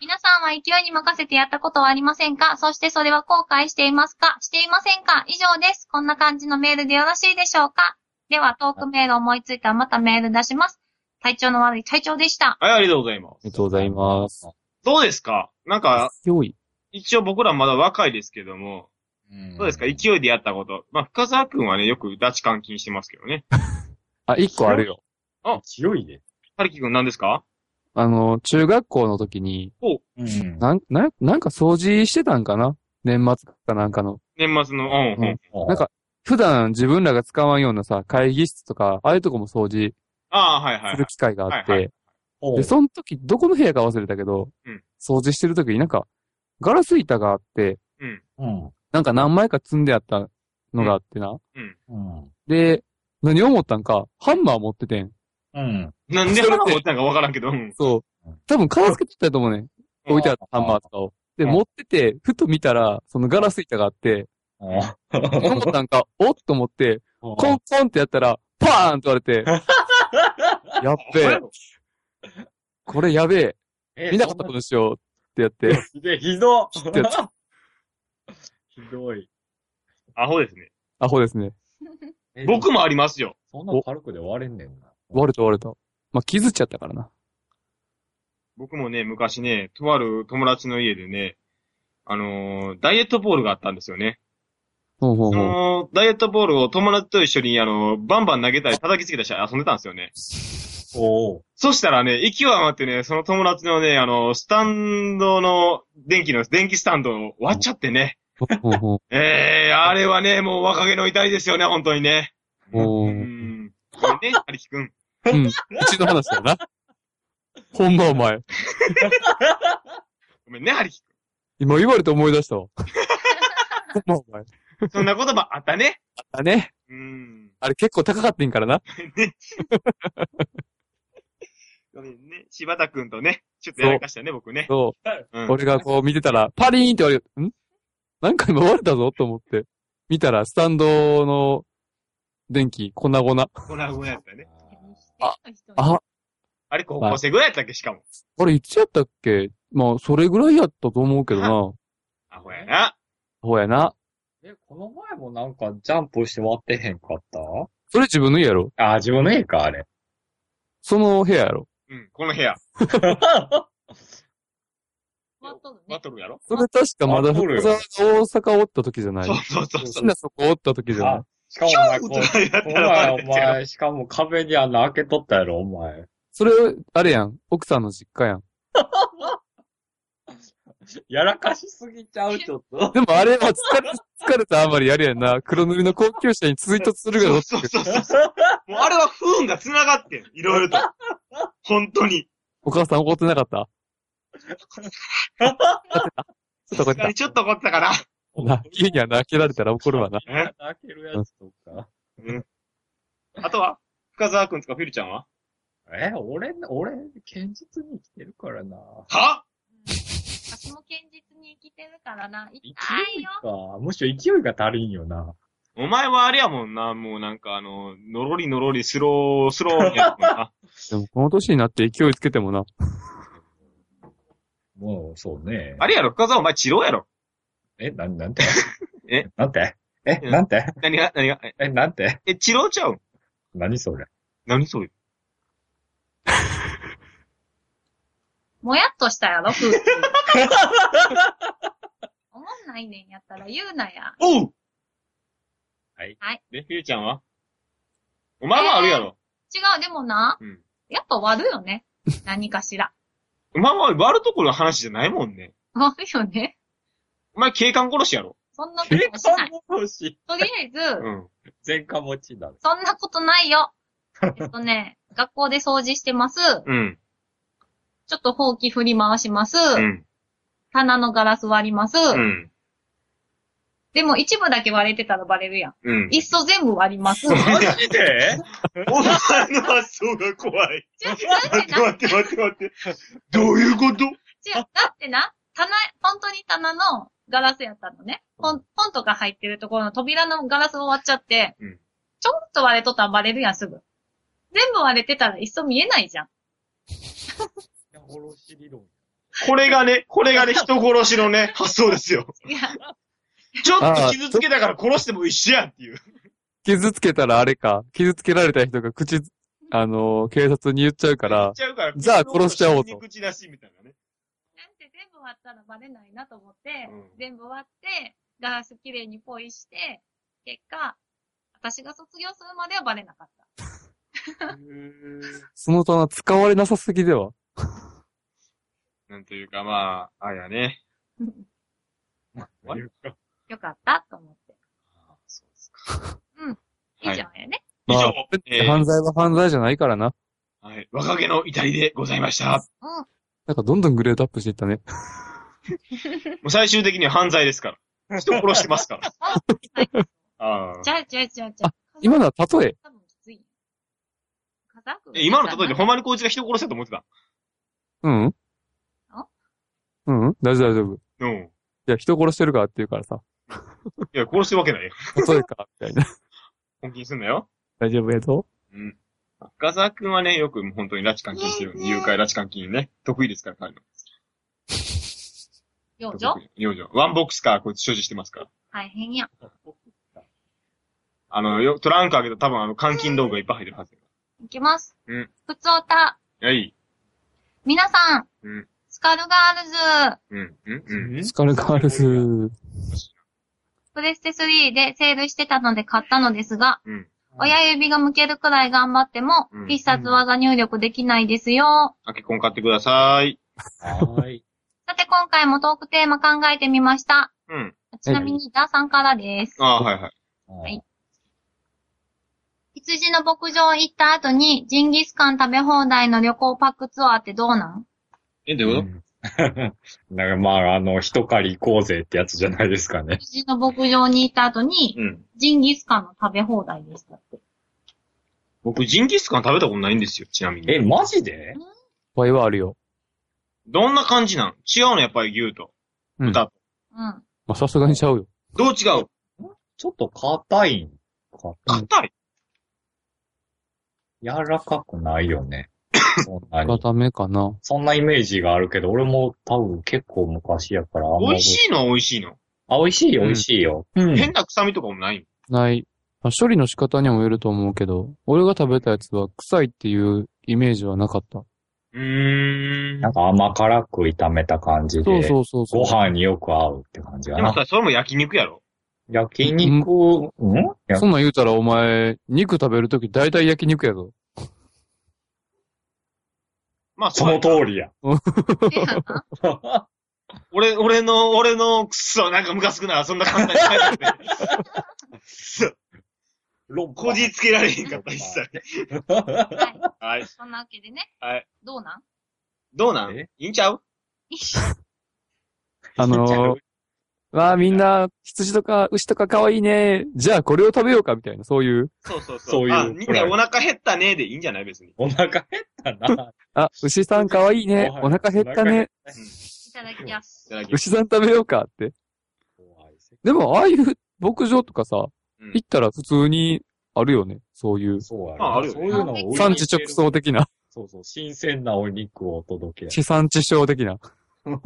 [SPEAKER 4] 皆さんは勢いに任せてやったことはありませんかそしてそれは後悔していますかしていませんか以上です。こんな感じのメールでよろしいでしょうかでは、トークメール思いついたらまたメール出します。体調の悪い体調でした。
[SPEAKER 1] はい、ありがとうございま
[SPEAKER 2] あ
[SPEAKER 1] す。
[SPEAKER 2] りがとうございます。
[SPEAKER 1] どうですかなんか、
[SPEAKER 2] 強い。
[SPEAKER 1] 一応僕らまだ若いですけども、どうですか勢いでやったこと。まあ、深沢くんはね、よくダチ監禁してますけどね。
[SPEAKER 2] あ、一個あるよ。
[SPEAKER 3] 強いね。
[SPEAKER 1] はるきくん何ですか
[SPEAKER 2] あの、中学校の時に、
[SPEAKER 3] うん。
[SPEAKER 2] なん、なん、なんか掃除してたんかな年末かなんかの。
[SPEAKER 1] 年末の、うん、うん。
[SPEAKER 2] なんか普段自分らが使わんようなさ、会議室とか、ああいうとこも掃除
[SPEAKER 1] ああ、はいはい
[SPEAKER 2] す
[SPEAKER 1] は
[SPEAKER 2] る
[SPEAKER 1] い。
[SPEAKER 2] 機会があっ
[SPEAKER 1] はいは
[SPEAKER 2] て、
[SPEAKER 3] おう
[SPEAKER 2] で、その時、どこの部屋か忘れたけど
[SPEAKER 1] うん、
[SPEAKER 2] 掃除してる時になんか、ガラス板があって、
[SPEAKER 3] うん。
[SPEAKER 2] なんか何枚か積んであったのがあってな。
[SPEAKER 3] うん。
[SPEAKER 2] で、何を思ったんか、ハンマー持っててん。
[SPEAKER 3] うん。
[SPEAKER 1] なんで花持ってたんかわからんけど、うん。
[SPEAKER 2] そう。多分片付けてたと思うねん。置いてあったハンマーとかを。で、
[SPEAKER 3] うん
[SPEAKER 2] 持ってて、ふと見たら、そのガラス板があって、思ったんか、おっと思って、コンコンってやったら、パーンって言われて、やっべえ、これやべえ、
[SPEAKER 3] え
[SPEAKER 2] 見なかったことしようってやって、
[SPEAKER 3] そんなひどい
[SPEAKER 2] ってやつ
[SPEAKER 3] ひどい。
[SPEAKER 1] アホですね。
[SPEAKER 2] アホですね。
[SPEAKER 3] え
[SPEAKER 1] 僕もありますよ。
[SPEAKER 3] そんな軽くで割れんねんな。
[SPEAKER 2] 割れた割れた。まあ、気づっちゃったからな。
[SPEAKER 1] 僕もね、昔ね、とある友達の家でね、あのーダイエットボールがあったんですよね。
[SPEAKER 2] ほうほう
[SPEAKER 1] そ
[SPEAKER 2] ほう。
[SPEAKER 1] の、ダイエットボールを友達と一緒に、あのーバンバン投げ たり叩きつけたりして遊んでたんですよね。
[SPEAKER 3] おう
[SPEAKER 1] そしたらね、勢い余ってね、その友達のね、あのースタンドの、電気の、電気スタンドを割っちゃってね。
[SPEAKER 2] ほうほう
[SPEAKER 1] ええー、あれはね、もう若気の至りですよね、本当にね。
[SPEAKER 2] ほう。
[SPEAKER 1] う
[SPEAKER 2] うんん。。
[SPEAKER 1] これね、はりきくん。
[SPEAKER 2] うちの話だよな。ほんまお前。
[SPEAKER 1] ごめんね、はりき
[SPEAKER 2] 今言われて思い出したわ。ほんまお前。
[SPEAKER 1] くん。そんな言葉あったね。
[SPEAKER 2] だね。
[SPEAKER 1] うん。
[SPEAKER 2] あれ結構高かってんからな。
[SPEAKER 1] ごめんね、柴田くんとね、ちょっとやらかしたね、僕ね。
[SPEAKER 2] そうう。
[SPEAKER 1] ん。
[SPEAKER 2] 俺がこう見てたら、パリーンって言われる。んなんか今割れたぞと思って。見たら、スタンドの電気、粉々。
[SPEAKER 1] 粉々やったね。
[SPEAKER 2] ああ、
[SPEAKER 1] あれ、高校生ぐらいやったっけ、しかも。
[SPEAKER 2] あれいつやったっけまあ、それぐらいやったと思うけどな。
[SPEAKER 1] アホやな。
[SPEAKER 2] ほうやな。
[SPEAKER 3] え、この前もなんかジャンプして割ってへんかった
[SPEAKER 2] それ自分の家やろ
[SPEAKER 3] あー、自分の家か、あれ。
[SPEAKER 2] その部屋やろ
[SPEAKER 1] うん、この部屋。
[SPEAKER 4] 終わっとるね
[SPEAKER 1] バトルやろ
[SPEAKER 2] それ確かまだ
[SPEAKER 3] あそう
[SPEAKER 2] 福
[SPEAKER 3] よ
[SPEAKER 2] 沢が大阪おった時じゃない
[SPEAKER 1] そうそうそうそ
[SPEAKER 2] み
[SPEAKER 1] う。
[SPEAKER 2] んなそこおった時じゃない
[SPEAKER 3] あ、 しかもお前
[SPEAKER 1] こ
[SPEAKER 3] こ
[SPEAKER 1] う やってや
[SPEAKER 3] う、
[SPEAKER 1] っ
[SPEAKER 3] お
[SPEAKER 1] たらバレ
[SPEAKER 3] 前、お
[SPEAKER 1] てっちゃう。
[SPEAKER 3] 前、しかも壁に穴開けとったやろ、お前。
[SPEAKER 2] それ、あれやん。奥さんの実家やん。
[SPEAKER 3] やらかしすぎちゃう、ちょっと。
[SPEAKER 2] でもあれは疲 れ、疲れたあまりやるやんな。黒塗りの高級車に追突するがどっ
[SPEAKER 1] そう
[SPEAKER 2] ち
[SPEAKER 1] そうそうそう。もうあれは不運が繋がってん。いろいろと。本当に。
[SPEAKER 2] お母さん怒ってなかった ちょっと怒
[SPEAKER 1] さ
[SPEAKER 2] っ
[SPEAKER 1] す
[SPEAKER 2] て
[SPEAKER 1] が
[SPEAKER 2] た
[SPEAKER 1] に。ちょっと怒ってたかな。
[SPEAKER 2] な、家には泣けられたら怒るわ な。
[SPEAKER 1] え
[SPEAKER 3] 開けるやつとか。
[SPEAKER 1] あとは深沢くんとかフィルちゃんは
[SPEAKER 3] え、俺、俺、堅実に生きてるからな。
[SPEAKER 1] は
[SPEAKER 4] 私も堅実に生きてるからな。痛
[SPEAKER 3] 勢
[SPEAKER 4] い
[SPEAKER 3] い
[SPEAKER 4] よ。
[SPEAKER 3] か。むしろ勢いが足りんよな。
[SPEAKER 1] お前はあれやもんな、もうなんかあの、のろりのろりスロー、スローやもんな。
[SPEAKER 2] でもこの年になって勢いつけてもな。
[SPEAKER 3] もう、そうね。
[SPEAKER 1] あれやろ、深沢お前治療やろ。
[SPEAKER 3] え、なん、なんて
[SPEAKER 1] え
[SPEAKER 3] なんてえ、
[SPEAKER 1] うん
[SPEAKER 3] なんて
[SPEAKER 1] 何が、何が、え
[SPEAKER 3] え、なんて
[SPEAKER 1] え、治療ちゃうん
[SPEAKER 3] 何それ
[SPEAKER 1] 何それ
[SPEAKER 4] もやっとしたやろ、 空気。おもんないねんやったら言うなや。
[SPEAKER 1] おう
[SPEAKER 3] はい。
[SPEAKER 4] はい。
[SPEAKER 1] で、フィルちゃんはお前はあるやろ。
[SPEAKER 4] 違う、でもな、
[SPEAKER 1] うん
[SPEAKER 4] やっぱ割るよね。何かしら。
[SPEAKER 1] お前は割るところの話じゃないもんね。
[SPEAKER 4] 割るよね。
[SPEAKER 1] お前警官殺しやろ。
[SPEAKER 4] そんなこともしない。
[SPEAKER 3] 欲しい。
[SPEAKER 4] とりあえず、
[SPEAKER 1] うん。
[SPEAKER 3] 前科持ちだ。
[SPEAKER 4] そんなことないよ。えっとね、学校で掃除してます。
[SPEAKER 1] うん。
[SPEAKER 4] ちょっとほうき振り回します。
[SPEAKER 1] うん。
[SPEAKER 4] 棚のガラス割ります。
[SPEAKER 1] うん。
[SPEAKER 4] でも一部だけ割れてたらバレるやん。
[SPEAKER 1] うん。
[SPEAKER 4] いっそ全部割ります。じゃ
[SPEAKER 3] マジで
[SPEAKER 1] お前の発想が怖い。
[SPEAKER 4] あだ
[SPEAKER 1] 待
[SPEAKER 4] っ
[SPEAKER 1] ってて
[SPEAKER 4] な、
[SPEAKER 1] 待って待って待って。どういうこと
[SPEAKER 4] 違う、だってな、棚、本当に棚のガラスやったのね。本、本とか入ってるところの扉のガラスを割っちゃって、
[SPEAKER 1] うん
[SPEAKER 4] ちょっと割れとったらバレるやん、すぐ。全部割れてたらいっそ見えない じゃん。
[SPEAKER 3] 殺し理論。
[SPEAKER 1] これがね、これがね、人殺しのね、発想ですよ。
[SPEAKER 4] いや、
[SPEAKER 1] ちょっと傷つけたから殺しても一緒やっていう。
[SPEAKER 2] 傷つけたらあれか、傷つけられた人が口、あのー警察に言っちゃうか
[SPEAKER 1] 言
[SPEAKER 2] ら
[SPEAKER 1] っ、ちゃうから
[SPEAKER 2] じゃあ殺しちゃおうと
[SPEAKER 1] 口出しみたいなね。
[SPEAKER 4] なんて全部割ったらバレないなと思って、
[SPEAKER 1] うん
[SPEAKER 4] 全部割って、ガラスきれいにポイして、結果、私が卒業するまではバレな かった。
[SPEAKER 2] その棚使われなさすぎでは。
[SPEAKER 1] なんというかまあ、あれやね。
[SPEAKER 4] よかったと思って。
[SPEAKER 1] そうですか。
[SPEAKER 4] 以上やね。
[SPEAKER 1] 以上、えー
[SPEAKER 2] 犯罪は犯罪じゃないからな。
[SPEAKER 1] はい、若気の至りでございました。
[SPEAKER 2] なんかどんどんグレードアップしていったね。
[SPEAKER 1] もう最終的には犯罪ですから。人殺してます から。あ
[SPEAKER 4] う
[SPEAKER 1] あ
[SPEAKER 4] ん。じ。ゃあ、じゃあ、じゃあ、じゃあ。
[SPEAKER 2] 今のは例え。
[SPEAKER 4] 多分きつい。火山
[SPEAKER 1] え今の例えでほんまにこいつが人殺したと思ってた。
[SPEAKER 2] うん
[SPEAKER 4] あ
[SPEAKER 2] うん大丈夫大丈夫。い
[SPEAKER 1] うん。
[SPEAKER 2] や、人殺してるからって言うからさ。
[SPEAKER 1] いや、殺してるわけないよ。
[SPEAKER 2] 例えか、みたいな。
[SPEAKER 1] 本気にすんなよ。
[SPEAKER 2] 大丈夫やぞ。
[SPEAKER 1] うん。ガザー君はね、よく本当に拉致監禁してるんで、誘拐拉致監禁ね。得意ですから、彼の。
[SPEAKER 4] 幼
[SPEAKER 1] 得
[SPEAKER 4] 女
[SPEAKER 1] 意養女。ワンボックスカー、こいつ所持してますから。
[SPEAKER 4] 大変やん。
[SPEAKER 1] あの、よトランク開けたら多分あの、監禁道具がいっぱい入ってるはず。
[SPEAKER 4] いきます。
[SPEAKER 1] うん。
[SPEAKER 4] ふつおた。
[SPEAKER 1] はい。
[SPEAKER 4] 皆さん。
[SPEAKER 1] うん
[SPEAKER 4] スカルガールズ、
[SPEAKER 1] うん、うん、うん。
[SPEAKER 2] スカルガールズ。
[SPEAKER 4] プレステ3でセールしてたので買ったのですが、
[SPEAKER 1] うん。
[SPEAKER 4] 親指が向けるくらい頑張っても
[SPEAKER 1] うん、
[SPEAKER 4] 必殺技入力できないですよ。
[SPEAKER 1] 開けコン買ってください。
[SPEAKER 3] はい。
[SPEAKER 4] さて今回もトークテーマ考えてみました。
[SPEAKER 1] うん。
[SPEAKER 4] ちなみに、ダーさんからです。
[SPEAKER 1] ああ、はいはい。
[SPEAKER 4] い羊の牧場行った後に、ジンギスカン食べ放題の旅行パックツアーってどうなん
[SPEAKER 1] え、どういううこ
[SPEAKER 3] んなんかまあ、あの、一狩り行こうぜってやつじゃないですかね。
[SPEAKER 4] 羊の牧場に行った後
[SPEAKER 1] と
[SPEAKER 4] に、
[SPEAKER 1] うん。
[SPEAKER 4] ジンギスカンの食べ放題でしたって。
[SPEAKER 1] 僕、ジンギスカン食べたことないんですよ、ちなみ
[SPEAKER 3] え、
[SPEAKER 1] に。
[SPEAKER 3] マジで
[SPEAKER 2] 場合はあるよ。
[SPEAKER 1] どんな感じなん違うの、やっぱり牛と。
[SPEAKER 2] うん。
[SPEAKER 1] 豚
[SPEAKER 2] ま
[SPEAKER 4] うん。
[SPEAKER 2] あ、さすがにちゃうよ。
[SPEAKER 1] どう違う
[SPEAKER 3] ちょっと硬いんか。
[SPEAKER 1] 硬い。
[SPEAKER 3] 柔らかくない よね。そんなに。
[SPEAKER 2] 固めかな。
[SPEAKER 3] そんなイメージがあるけど、俺も多分結構昔やからあんま
[SPEAKER 1] 美
[SPEAKER 3] り
[SPEAKER 1] 味しいのは美味しいの。
[SPEAKER 3] あ、美味しいよ、美味しいよ。うん
[SPEAKER 1] 変な臭みとかもない。
[SPEAKER 2] ない。まあ、処理の仕方にもよると思うけど、俺が食べたやつは臭いっていうイメージはなかった。
[SPEAKER 1] うーん。
[SPEAKER 3] なんか甘辛く炒めた感じで。
[SPEAKER 2] そうそうそうそう。
[SPEAKER 3] ご飯によく合うって感じ
[SPEAKER 1] で
[SPEAKER 3] か
[SPEAKER 1] も
[SPEAKER 3] な。
[SPEAKER 1] さ、それも焼肉やろ。
[SPEAKER 3] 焼肉、うんや
[SPEAKER 2] そんなん言うたらお前、肉食べるとき大体焼肉やぞ。
[SPEAKER 1] まあ、
[SPEAKER 3] そう
[SPEAKER 1] や
[SPEAKER 3] の通 りや。
[SPEAKER 4] でやな
[SPEAKER 1] 俺、俺の、俺の、くそ、なんかムカつくな、そんな簡単に書いてあって。くそ、
[SPEAKER 3] 論
[SPEAKER 1] こじつけられへんかった、一切。
[SPEAKER 4] はい。
[SPEAKER 1] はい。
[SPEAKER 4] そんなわけでね。
[SPEAKER 1] はい。
[SPEAKER 4] どうなん
[SPEAKER 1] どうなんい
[SPEAKER 3] え
[SPEAKER 1] いんちゃう
[SPEAKER 2] あのー、 わあみんな、羊とか牛とか可愛いね。じゃあこれを食べようかみたいな、そういう。
[SPEAKER 1] そうそうそう。
[SPEAKER 3] そういう
[SPEAKER 1] あ、みんなお腹減ったねでいいんじゃない別に。
[SPEAKER 3] お腹減ったな。
[SPEAKER 2] あ、牛さん可愛いね。お
[SPEAKER 3] ご飯
[SPEAKER 2] 腹減ったね。
[SPEAKER 4] いただきます
[SPEAKER 1] い。ただきます。
[SPEAKER 2] 牛さん食べようかって。
[SPEAKER 3] 怖い世界
[SPEAKER 2] でも、ああいう牧場とかさ、
[SPEAKER 1] うん
[SPEAKER 2] 行ったら普通にあるよね。そういう。
[SPEAKER 3] そうや
[SPEAKER 1] まああ
[SPEAKER 3] ろ。
[SPEAKER 1] るよ
[SPEAKER 3] そういうのを売り
[SPEAKER 2] 産
[SPEAKER 3] に
[SPEAKER 2] 地
[SPEAKER 3] してる
[SPEAKER 2] 直送的な。
[SPEAKER 3] そうそう、新鮮なお肉をお届 け
[SPEAKER 2] 地産地消的な。
[SPEAKER 3] や。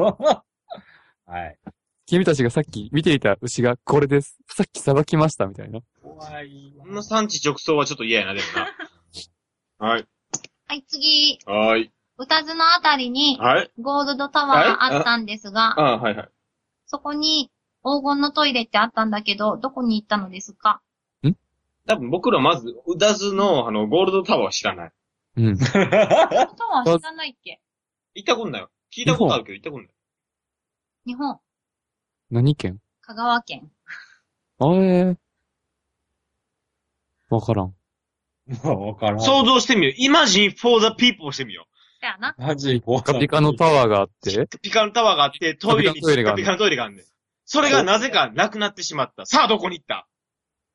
[SPEAKER 3] はい。
[SPEAKER 2] 君たちがさっき見ていた牛がこれです。さっき捌きましたみたいな。
[SPEAKER 3] 怖い
[SPEAKER 1] こんな産地直送はちょっと嫌やな、でも な。はい。
[SPEAKER 4] はい、次。
[SPEAKER 1] はい。
[SPEAKER 4] 歌津のあたりに、
[SPEAKER 1] はい。
[SPEAKER 4] ゴールドタワーあったんですが、
[SPEAKER 1] あはいはい。
[SPEAKER 4] そこに、黄金のトイレってあったんだけど、どこに行ったのですか
[SPEAKER 1] 多分僕らまず、うだずの、あの、ゴールドタワーは知らない。
[SPEAKER 2] うん。
[SPEAKER 4] ゴールドタワー知らないっけ
[SPEAKER 1] 行ったことないよ。聞いたことあるけど行ったことない。
[SPEAKER 4] 日本、
[SPEAKER 2] 何県
[SPEAKER 4] 香川県。
[SPEAKER 2] あれわからん。
[SPEAKER 3] もうわからん。
[SPEAKER 1] 想像してみよう。イマジンフォーザピープをしてみよ
[SPEAKER 4] そやな。
[SPEAKER 3] マジ怖
[SPEAKER 2] ピカピカのタワーがあって、
[SPEAKER 1] ピカのタワーがあって、トイレに
[SPEAKER 2] ピカのトイレがあんの
[SPEAKER 1] ピカのトイレがあんねん。それがなぜかなくなってしまった。さあ、どこに行った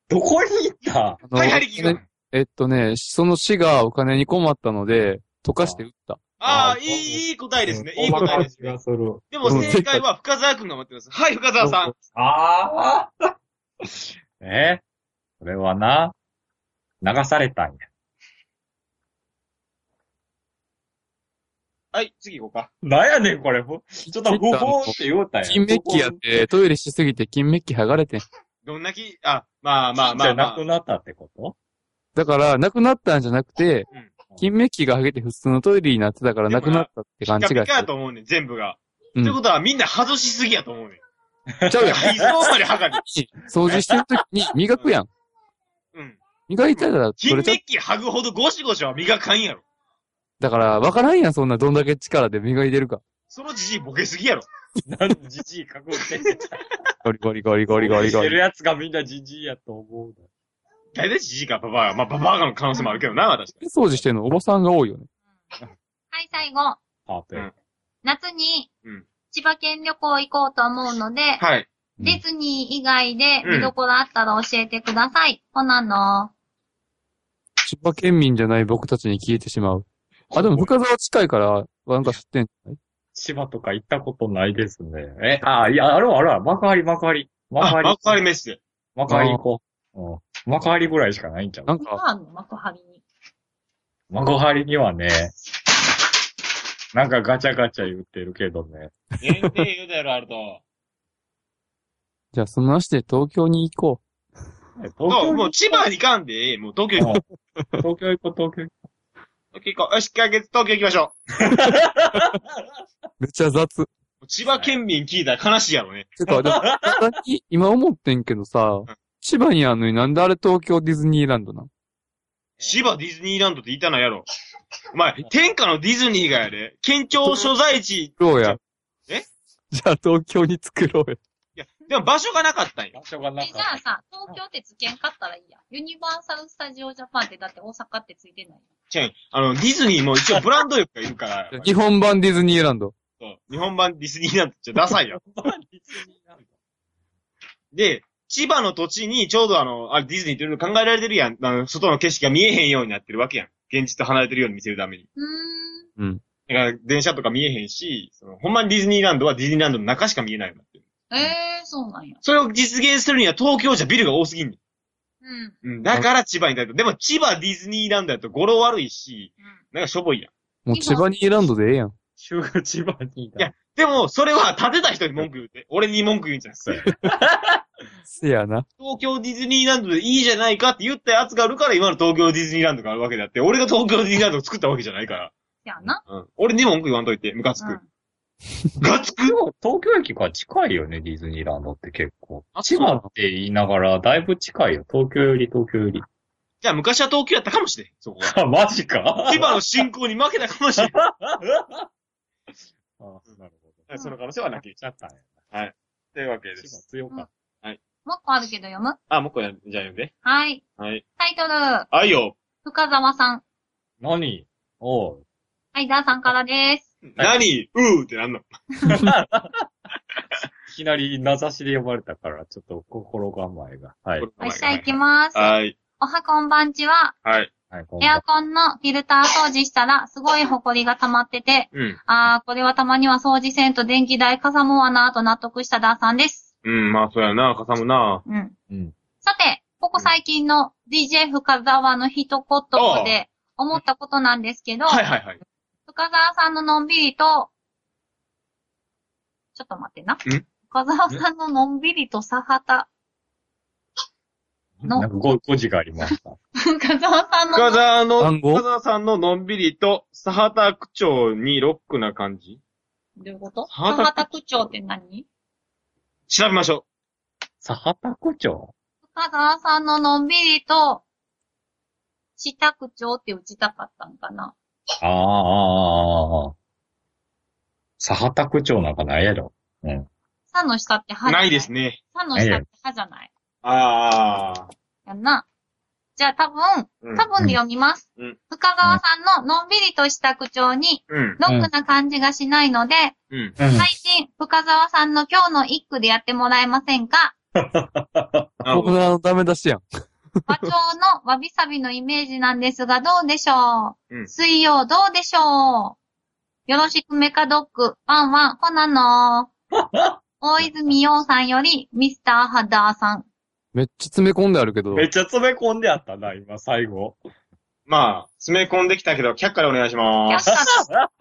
[SPEAKER 3] どこに行った
[SPEAKER 2] あの
[SPEAKER 1] はい、はりき君。
[SPEAKER 2] えっとね、その死がお金に困ったので、溶かして撃った。
[SPEAKER 1] ああ、
[SPEAKER 3] あ
[SPEAKER 1] いい、いい答えですね。いい
[SPEAKER 3] 細
[SPEAKER 1] 答
[SPEAKER 3] か
[SPEAKER 1] え
[SPEAKER 3] い
[SPEAKER 1] です
[SPEAKER 3] 気が
[SPEAKER 1] ね。
[SPEAKER 3] する。
[SPEAKER 1] でも正解は深沢くんが待ってます。はい、深沢さん。
[SPEAKER 3] ああえそれはな、流されたんや。
[SPEAKER 1] はい、次行こうか。
[SPEAKER 3] なんやねん、これ。ふちょっと不法っ
[SPEAKER 2] 切
[SPEAKER 3] て言うたん
[SPEAKER 2] った
[SPEAKER 3] や。
[SPEAKER 2] 金メッキやって、トイレしすぎて金メッキ剥がれてん。
[SPEAKER 1] どんなき、あ、まあまあ
[SPEAKER 3] じ
[SPEAKER 1] まあま
[SPEAKER 3] ゃな
[SPEAKER 1] あ
[SPEAKER 3] く。なったってこと
[SPEAKER 2] だから、なくなったんじゃなくて
[SPEAKER 1] うん、
[SPEAKER 2] 金メッキが剥げて普通のトイレになってたから
[SPEAKER 1] でもな
[SPEAKER 2] なくなったっ
[SPEAKER 1] ピ
[SPEAKER 2] て勘違
[SPEAKER 1] カ
[SPEAKER 2] い
[SPEAKER 1] ピカ
[SPEAKER 2] し
[SPEAKER 1] や
[SPEAKER 2] て
[SPEAKER 1] と思うねん、全部が。
[SPEAKER 2] うん
[SPEAKER 1] ってことはみんな外しすぎやと思うねん。
[SPEAKER 2] る。ちゃうやん。
[SPEAKER 1] 理想まで測る。
[SPEAKER 2] 掃除してるときに磨くやん。
[SPEAKER 1] うん。
[SPEAKER 2] 磨いたら取
[SPEAKER 1] 金メ
[SPEAKER 2] れちゃう
[SPEAKER 1] ッ。キ剥ぐほどゴシゴシは磨かんやろ。
[SPEAKER 2] だから、わからんやん、そんなどんだけ力で磨いてるか。
[SPEAKER 1] そのじじいボケすぎやろ。
[SPEAKER 3] なんでじじい覚悟してんねん
[SPEAKER 2] ゴリゴリゴリゴリゴリ
[SPEAKER 3] し
[SPEAKER 2] ゴ
[SPEAKER 3] てる
[SPEAKER 2] リ。
[SPEAKER 3] やつがみんなじじいやと思う。
[SPEAKER 1] 大体じじいかババア。まあババアの可能性もあるけどな、確かに。
[SPEAKER 2] 掃除してんのおばさんが多いよね。
[SPEAKER 4] はい、最後。
[SPEAKER 3] パーペ
[SPEAKER 1] うん
[SPEAKER 4] 夏に
[SPEAKER 1] うん、
[SPEAKER 4] 千葉県旅行行こうと思うので、
[SPEAKER 1] はい。
[SPEAKER 2] うん
[SPEAKER 4] ディズニー以外で見どころあったら教えてください。コナンの、
[SPEAKER 2] 千葉県民じゃない僕たちに消えてしまう。あ、でも深沢近いから、なんか知ってんじゃない
[SPEAKER 3] 千葉とか行ったことないですね。え、あ、いや、あるわあるわ。幕張、幕張。幕
[SPEAKER 1] あ、
[SPEAKER 3] 張。
[SPEAKER 1] 幕張メッセ。
[SPEAKER 3] 幕張行こう。うん。幕張ぐらいしかないんちゃう
[SPEAKER 2] なん
[SPEAKER 4] コ
[SPEAKER 2] か、
[SPEAKER 4] ナンの幕張に。
[SPEAKER 3] 幕張にはね、なんかガチャガチャ言ってるけどね。
[SPEAKER 1] 限定言うだろ、あると。
[SPEAKER 2] じゃあその足で東京に行こ
[SPEAKER 3] 東
[SPEAKER 1] そう、
[SPEAKER 3] 京
[SPEAKER 1] も
[SPEAKER 3] 行
[SPEAKER 1] う千葉に行かんでええ、もう東京行こう。
[SPEAKER 3] こう、東京行こう、東京行こ
[SPEAKER 1] 東京行こう。よし、解決、東京行きましょう。
[SPEAKER 2] う。めっちゃ雑。
[SPEAKER 1] もう千葉県民聞いたら悲しいやろね。
[SPEAKER 2] てか、でも、本当に今思ってんけどさ
[SPEAKER 1] ん、
[SPEAKER 2] 千葉にあんのになんであれ東京ディズニーランドなん
[SPEAKER 1] 千葉ディズニーランドって言いたないやろ。お前、天下のディズニーがやで、県庁所在地、
[SPEAKER 2] 作ろうや。
[SPEAKER 1] え
[SPEAKER 2] じゃあ東京に作ろうや。
[SPEAKER 1] でも場所がなかったん
[SPEAKER 3] う。
[SPEAKER 1] よ。
[SPEAKER 3] 場所がな
[SPEAKER 4] え、
[SPEAKER 3] ん
[SPEAKER 4] じ
[SPEAKER 3] か
[SPEAKER 4] ゃあさ、東京ってつけんかったらいいや。ユニバーサル・スタジオ・ジャパンってだって大阪ってついてない。
[SPEAKER 1] チェーン。あの、ディズニーも一応ブランド力が いるから、
[SPEAKER 2] 日本版ディズニーランド。
[SPEAKER 1] そう日本版ディズニーランドじゃダサいやん。で、千葉の土地にちょうどあの、あれディズニーっていろいろ考えられてるやん。あの、外の景色が見えへんようになってるわけやん。現実と離れてるように見せるために。
[SPEAKER 4] うーん。
[SPEAKER 1] だから電車とか見えへんし、そのほんまにディズニーランドはディズニーランドの中しか見えないようになってる。
[SPEAKER 4] えー、そうなんや。
[SPEAKER 1] それを実現するには東京じゃビルが多すぎんねん。
[SPEAKER 4] うん。うん。
[SPEAKER 1] うん、だから千葉にいたと。でも千葉ディズニーランドやと語呂悪いし、なんかしょぼいやん。
[SPEAKER 2] もう千葉ニーランドでええやん。
[SPEAKER 3] 中華千葉にいた。
[SPEAKER 1] いやでも、それは建てた人に文句言うて、俺に文句言うんじゃなくて、
[SPEAKER 2] せやな。
[SPEAKER 1] 東京ディズニーランドでいいじゃないかって言ったやつがあるから今の東京ディズニーランドがあるわけであって、俺が東京ディズニーランドを作ったわけじゃないから。
[SPEAKER 4] せやな。
[SPEAKER 1] うん。俺に文句言わんといて、ムカつ
[SPEAKER 4] うん
[SPEAKER 1] く。。ムカつく
[SPEAKER 3] でも東京駅から近いよね、ディズニーランドって結構。
[SPEAKER 1] あ
[SPEAKER 3] 千葉って言いながら、だいぶ近いよ。東京より東京より。
[SPEAKER 1] じゃあ昔は東京やったかもしれん、そ こは。
[SPEAKER 3] あ、マジか
[SPEAKER 1] 千葉の進行に負けたかもしれん。
[SPEAKER 3] あ、なるほど。
[SPEAKER 1] その可能性はなきゃいけ
[SPEAKER 3] ちゃったね。
[SPEAKER 1] というわけで
[SPEAKER 3] 千葉
[SPEAKER 1] す。
[SPEAKER 3] 強かった。
[SPEAKER 4] もう一個あるけど読む
[SPEAKER 1] あ、もう一個や、じゃあ読んで。
[SPEAKER 4] はい。
[SPEAKER 1] はい。
[SPEAKER 4] タイトル、
[SPEAKER 1] あいよ。
[SPEAKER 4] 深沢さん。
[SPEAKER 3] 何おう。
[SPEAKER 4] はい、ダーさんからです。
[SPEAKER 1] 何うーってなんの
[SPEAKER 3] いきなり名指しで呼ばれたから、ちょっと心構えが。はい。
[SPEAKER 4] はい、じゃあ行きます。
[SPEAKER 1] はい。
[SPEAKER 4] おはこんばんちは、
[SPEAKER 1] はい。
[SPEAKER 3] はい、こんばん
[SPEAKER 4] エア
[SPEAKER 3] は。
[SPEAKER 4] コンのフィルター掃除したら、すごいホコリが溜まってて、
[SPEAKER 1] うん。
[SPEAKER 4] あー、これはたまには掃除せんと電気代かさもわなぁと納得したダーさんです。
[SPEAKER 1] うん、まあ、そうやな、かさむな。
[SPEAKER 4] うん。
[SPEAKER 3] うん。
[SPEAKER 4] さて、ここ最近の DJ 深沢の一言で思ったことなんですけど、
[SPEAKER 1] はいはいはい。
[SPEAKER 4] 深沢さんののんびりと、ちょっと待ってな。深沢さんののんびりとさはた、
[SPEAKER 3] なんかご誤字がありま した。
[SPEAKER 4] 深沢さんの
[SPEAKER 1] 深沢の、
[SPEAKER 2] 単語
[SPEAKER 1] 深沢さんののんびりと、サハタ区長にロックな感じ
[SPEAKER 4] どういうこと
[SPEAKER 1] サハタ
[SPEAKER 4] 母田区長って何
[SPEAKER 1] 調べましょ
[SPEAKER 3] サハタコ長
[SPEAKER 4] 深沢さんののんびりと、下区長って打ちたかったんかな
[SPEAKER 3] あーあー、あーあー。サハタコ長なんかないやろ。
[SPEAKER 4] さの下って
[SPEAKER 1] う。
[SPEAKER 4] 歯じゃ
[SPEAKER 1] な
[SPEAKER 4] ない
[SPEAKER 1] いですね。
[SPEAKER 4] さの下って歯じゃない。
[SPEAKER 1] ああ。
[SPEAKER 4] やんな。じゃあ多分、
[SPEAKER 1] うん
[SPEAKER 4] 多分で読みます。
[SPEAKER 1] うん
[SPEAKER 4] 深川さんののんびりとした口調に、
[SPEAKER 1] うん。
[SPEAKER 4] ロックな感じがしないので、
[SPEAKER 1] うん。
[SPEAKER 3] うん。
[SPEAKER 4] 最新、深沢さんの今日の一句でやってもらえませ んか
[SPEAKER 1] なるほ
[SPEAKER 2] 僕
[SPEAKER 1] ど。
[SPEAKER 2] のあのダメ出しやん。
[SPEAKER 4] 和調のわびさびのイメージなんですが、どうでしょう、
[SPEAKER 1] うん
[SPEAKER 4] 水曜どうでしょうよろしくメカドッグ、ワンワン、ほな の大泉洋さんより、ミスターハダーさん。
[SPEAKER 2] めっちゃ詰め込んであるけど
[SPEAKER 3] め、っちゃ詰め込んであったな、今、最後。
[SPEAKER 1] まあ、詰め込んできたけど、却下でお願いしま
[SPEAKER 4] よ
[SPEAKER 1] す。
[SPEAKER 4] しかった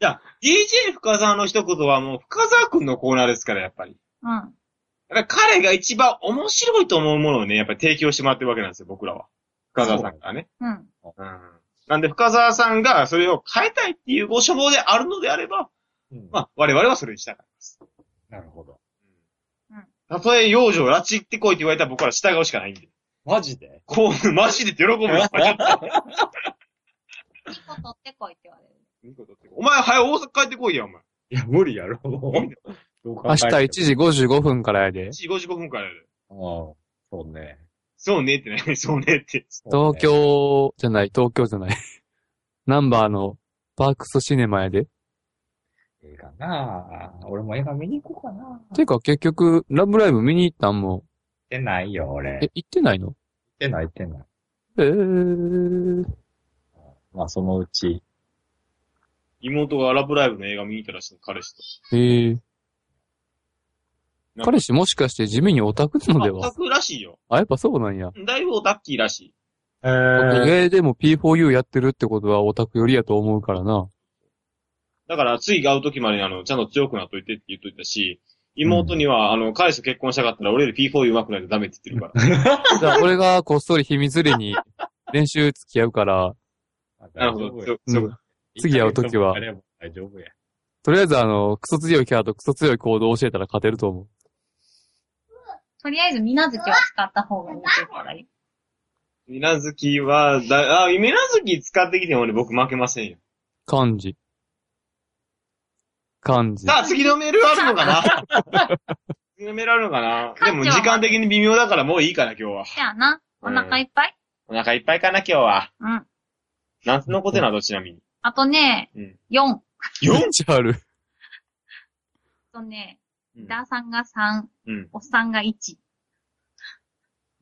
[SPEAKER 1] じゃあ、DJ 深沢の一言はもう深沢くんのコーナーですから、やっぱり。
[SPEAKER 4] うん。
[SPEAKER 1] やっぱり彼が一番面白いと思うものをね、やっぱり提供してもらってるわけなんですよ、僕らは。深沢さんからね。
[SPEAKER 4] うん。
[SPEAKER 1] うん。なんで、深沢さんがそれを変えたいっていうご所望であるのであれば、
[SPEAKER 3] うん
[SPEAKER 1] まあ、我々はそれに従います。
[SPEAKER 3] なるほど。
[SPEAKER 1] たとえ幼女を拉致ってこいって言われたら僕ら従うしかないんで。
[SPEAKER 3] マジで
[SPEAKER 1] こう、マジで喜ぶよ。
[SPEAKER 4] 2個取ってこいって言われる。
[SPEAKER 1] お前、早う大阪帰ってこいや、お前。
[SPEAKER 3] いや、無理やろ。どう考
[SPEAKER 2] 明日1
[SPEAKER 3] 時。
[SPEAKER 2] 時55分からやで
[SPEAKER 1] 1。時55分からやる。
[SPEAKER 3] うん。そうね。
[SPEAKER 1] そうねってね、 そうねって。
[SPEAKER 3] そ
[SPEAKER 2] 東
[SPEAKER 3] うね。
[SPEAKER 2] 京じゃない、東京じゃない。 ナンバーのパークスシネマやで。
[SPEAKER 3] 映画なぁ。俺も映画見に行こうかなぁ。
[SPEAKER 2] てか結局、ラブライブ見に行ったんも、
[SPEAKER 3] 行ってないよ、俺。
[SPEAKER 2] え、行ってないの
[SPEAKER 3] ってない、行ってない。
[SPEAKER 2] えー、
[SPEAKER 3] まあ、そのうち。
[SPEAKER 1] 妹がラブライブの映画見に行ったらしい、彼氏と。
[SPEAKER 2] えー。彼氏もしかして地味にオタクなので
[SPEAKER 1] オ
[SPEAKER 2] は
[SPEAKER 1] タクらしいよ。
[SPEAKER 2] あ、やっぱそうなんや。
[SPEAKER 1] だいぶオタッキーらしい。
[SPEAKER 3] え
[SPEAKER 2] 僕
[SPEAKER 3] ー、
[SPEAKER 2] えー、でも P4U やってるってことはオタクよりやと思うからな。
[SPEAKER 1] だから、次会う時までにあの、ちゃんと強くなっといてって言っといたし、妹には、あの、彼氏と結婚したかったら、俺より P4 上手くないとダメって言ってるから。
[SPEAKER 2] じゃあ俺がこっそり秘密裏に練習付き合うから、
[SPEAKER 1] なるほど。強く
[SPEAKER 2] う
[SPEAKER 1] 強
[SPEAKER 2] ん
[SPEAKER 1] く、
[SPEAKER 2] 次会う時は
[SPEAKER 3] あれば大丈夫や。
[SPEAKER 2] とりあえずあの、クソ強いキャラとクソ強い行動を教えたら勝てると思う。
[SPEAKER 4] とりあえず、みなずきを使った方がいいっていう からいい。
[SPEAKER 1] みなずきは、だ、あ、みなずき使ってきてもね、僕負けませんよ。
[SPEAKER 2] 漢字。漢字。
[SPEAKER 1] さあ、次のメールあるのかな 次のメールあるのかなでも、時間的に微妙だからもういいかな、今日は。
[SPEAKER 4] じゃあな、お腹いっぱい
[SPEAKER 1] お腹いっぱいかな、今日は。
[SPEAKER 4] うん。
[SPEAKER 1] 何つ残ってんの、どちなみに。
[SPEAKER 4] あとね
[SPEAKER 1] うん、
[SPEAKER 4] 4。あ
[SPEAKER 2] 4字ある。
[SPEAKER 4] とね、
[SPEAKER 1] うん
[SPEAKER 4] ダーさんが3、
[SPEAKER 1] うん。
[SPEAKER 4] おっさんが1。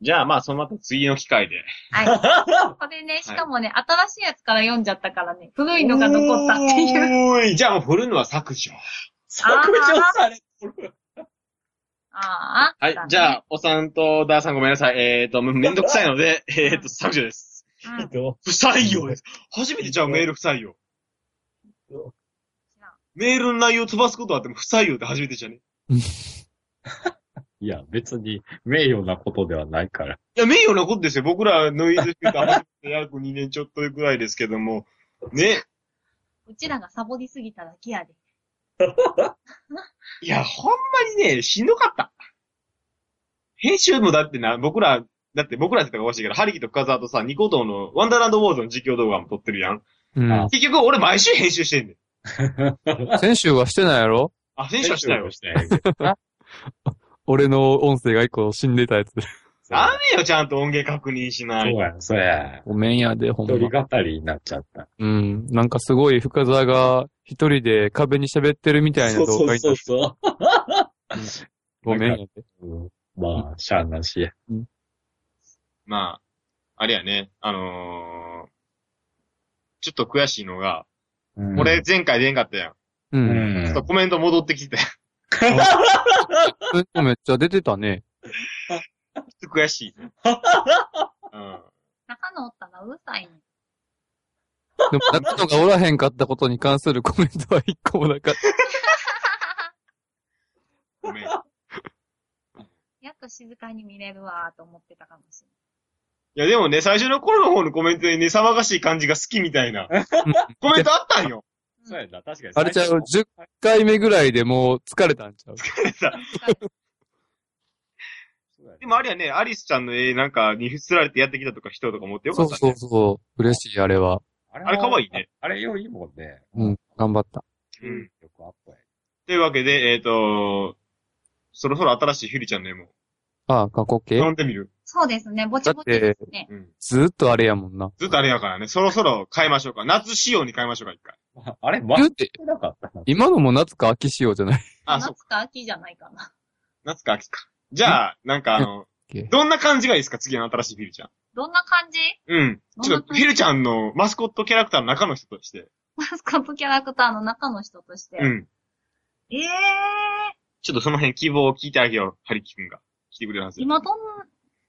[SPEAKER 1] じゃあ、まあ、そのまた次の機会で。
[SPEAKER 4] はい。これね、しかもね、新しいやつから読んじゃったからね、古いのが残ったっていう。
[SPEAKER 1] う。じゃあもう振るのは削除。
[SPEAKER 3] 削除されとる。
[SPEAKER 4] ああ。
[SPEAKER 1] はい、じゃ
[SPEAKER 4] あ。
[SPEAKER 1] あ、おさんとダーさんごめんなさい。えーと、めめんどくさいので、えーと、削除です。
[SPEAKER 4] うん。違う
[SPEAKER 3] ど
[SPEAKER 1] 不採用です。初めてじゃあメール不採用。メールの内容飛ばすことあっても不採用って初めてじゃね。
[SPEAKER 3] ういや、別に名誉なことではないから。
[SPEAKER 1] いや、名誉なことですよ。僕らノイズフィルター初めて約2年ちょっとぐらいですけども。ね。
[SPEAKER 4] うちらがサボりすぎただけやで。
[SPEAKER 1] いや、ほんまにね、しんどかった。編集もだってな、僕ら、だって僕らって言ったらおかしいけど、ハリキと深沢とさ、ニコ動のワンダーランドウォーズの実況動画も撮ってるやん。
[SPEAKER 2] うん。
[SPEAKER 1] 結局俺毎週編集してんねん。
[SPEAKER 2] 先週はしてないやろ
[SPEAKER 1] あ、編集はしたよ。
[SPEAKER 3] してないけどな
[SPEAKER 2] 俺の音声が一個死んでたやつ。
[SPEAKER 1] ダメよ、ちゃんと音源確認しな
[SPEAKER 3] そう
[SPEAKER 1] い。
[SPEAKER 3] や、そうや。
[SPEAKER 2] ごめんやで、ほん
[SPEAKER 3] 一人
[SPEAKER 2] ま。
[SPEAKER 3] 語りになっちゃった。
[SPEAKER 2] うん。なんかすごい深沢が一人で壁に喋ってるみたいな動画にな
[SPEAKER 3] そ
[SPEAKER 2] っ
[SPEAKER 3] うそ
[SPEAKER 2] ごめんやで。
[SPEAKER 3] う。うんまあ、しゃあなしや。
[SPEAKER 1] まあ、あれやね、あのー、ちょっと悔しいのが、
[SPEAKER 3] うん
[SPEAKER 1] 俺、前回出んかったやん。
[SPEAKER 2] う。
[SPEAKER 3] うん
[SPEAKER 1] ちょっ
[SPEAKER 3] ん
[SPEAKER 1] と。コメント戻ってきてたや ん。
[SPEAKER 2] それとめっちゃ出てたね。
[SPEAKER 1] ちょっと悔しい。うん。
[SPEAKER 4] 中野おったらうるさいね。
[SPEAKER 2] でも中野がおらへんかったことに関するコメントは一個もなか った。
[SPEAKER 1] ごめん。
[SPEAKER 4] やっと静かに見れるわーと思ってたかもしれない。
[SPEAKER 1] いや、でもね、最初の頃の方のコメントにね、騒がしい感じが好きみたいな、コメントあったんよ。
[SPEAKER 3] そうやな、確かに。
[SPEAKER 2] あれちゃう、10回目ぐらいでもう疲れたんちゃう
[SPEAKER 1] でもあれはね、アリスちゃんの絵なんかにすられてやってきたとか人とか持ってよ
[SPEAKER 2] そ
[SPEAKER 1] か
[SPEAKER 2] う
[SPEAKER 1] ったね。
[SPEAKER 2] そうそう。嬉しい、あれは。
[SPEAKER 3] あ
[SPEAKER 1] あれ可愛いね。
[SPEAKER 3] あれよ、いいもんね。
[SPEAKER 2] うん。頑張った。
[SPEAKER 1] うん。
[SPEAKER 3] よくアップや。
[SPEAKER 1] というわけで、えっ、とそろそろ新しいヒュリちゃんの絵も、
[SPEAKER 2] ああ、過去形
[SPEAKER 1] 読んでみる
[SPEAKER 4] そうですね、ぼちぼちですね。
[SPEAKER 1] うん。
[SPEAKER 2] ずーっとあれやもんな。
[SPEAKER 1] ずっとあれやからね、そろそろ変えましょうか。夏仕様に変えましょうか、一回。
[SPEAKER 3] あれ、ワ
[SPEAKER 2] 言
[SPEAKER 3] ン
[SPEAKER 2] うて、
[SPEAKER 3] チなかったな。
[SPEAKER 2] 今のも夏か秋仕様じゃない。
[SPEAKER 1] あ、そう
[SPEAKER 4] 夏
[SPEAKER 1] か。
[SPEAKER 4] か秋じゃないかな。
[SPEAKER 1] 夏か秋か。じゃあ、なんかあの
[SPEAKER 2] うん OK、
[SPEAKER 1] どんな感じがいいですか、次の新しいフィルちゃん。
[SPEAKER 4] どんな感じ
[SPEAKER 1] うん。ちょっと、フィルちゃんのマスコットキャラクターの中の人として。
[SPEAKER 4] マスカットキャラクターの中の人として。
[SPEAKER 1] うん。
[SPEAKER 4] ええ
[SPEAKER 1] ちょっとその辺希望を聞いてあげよう、ハリキ君が。来てくれるはず
[SPEAKER 4] ー、。今どん、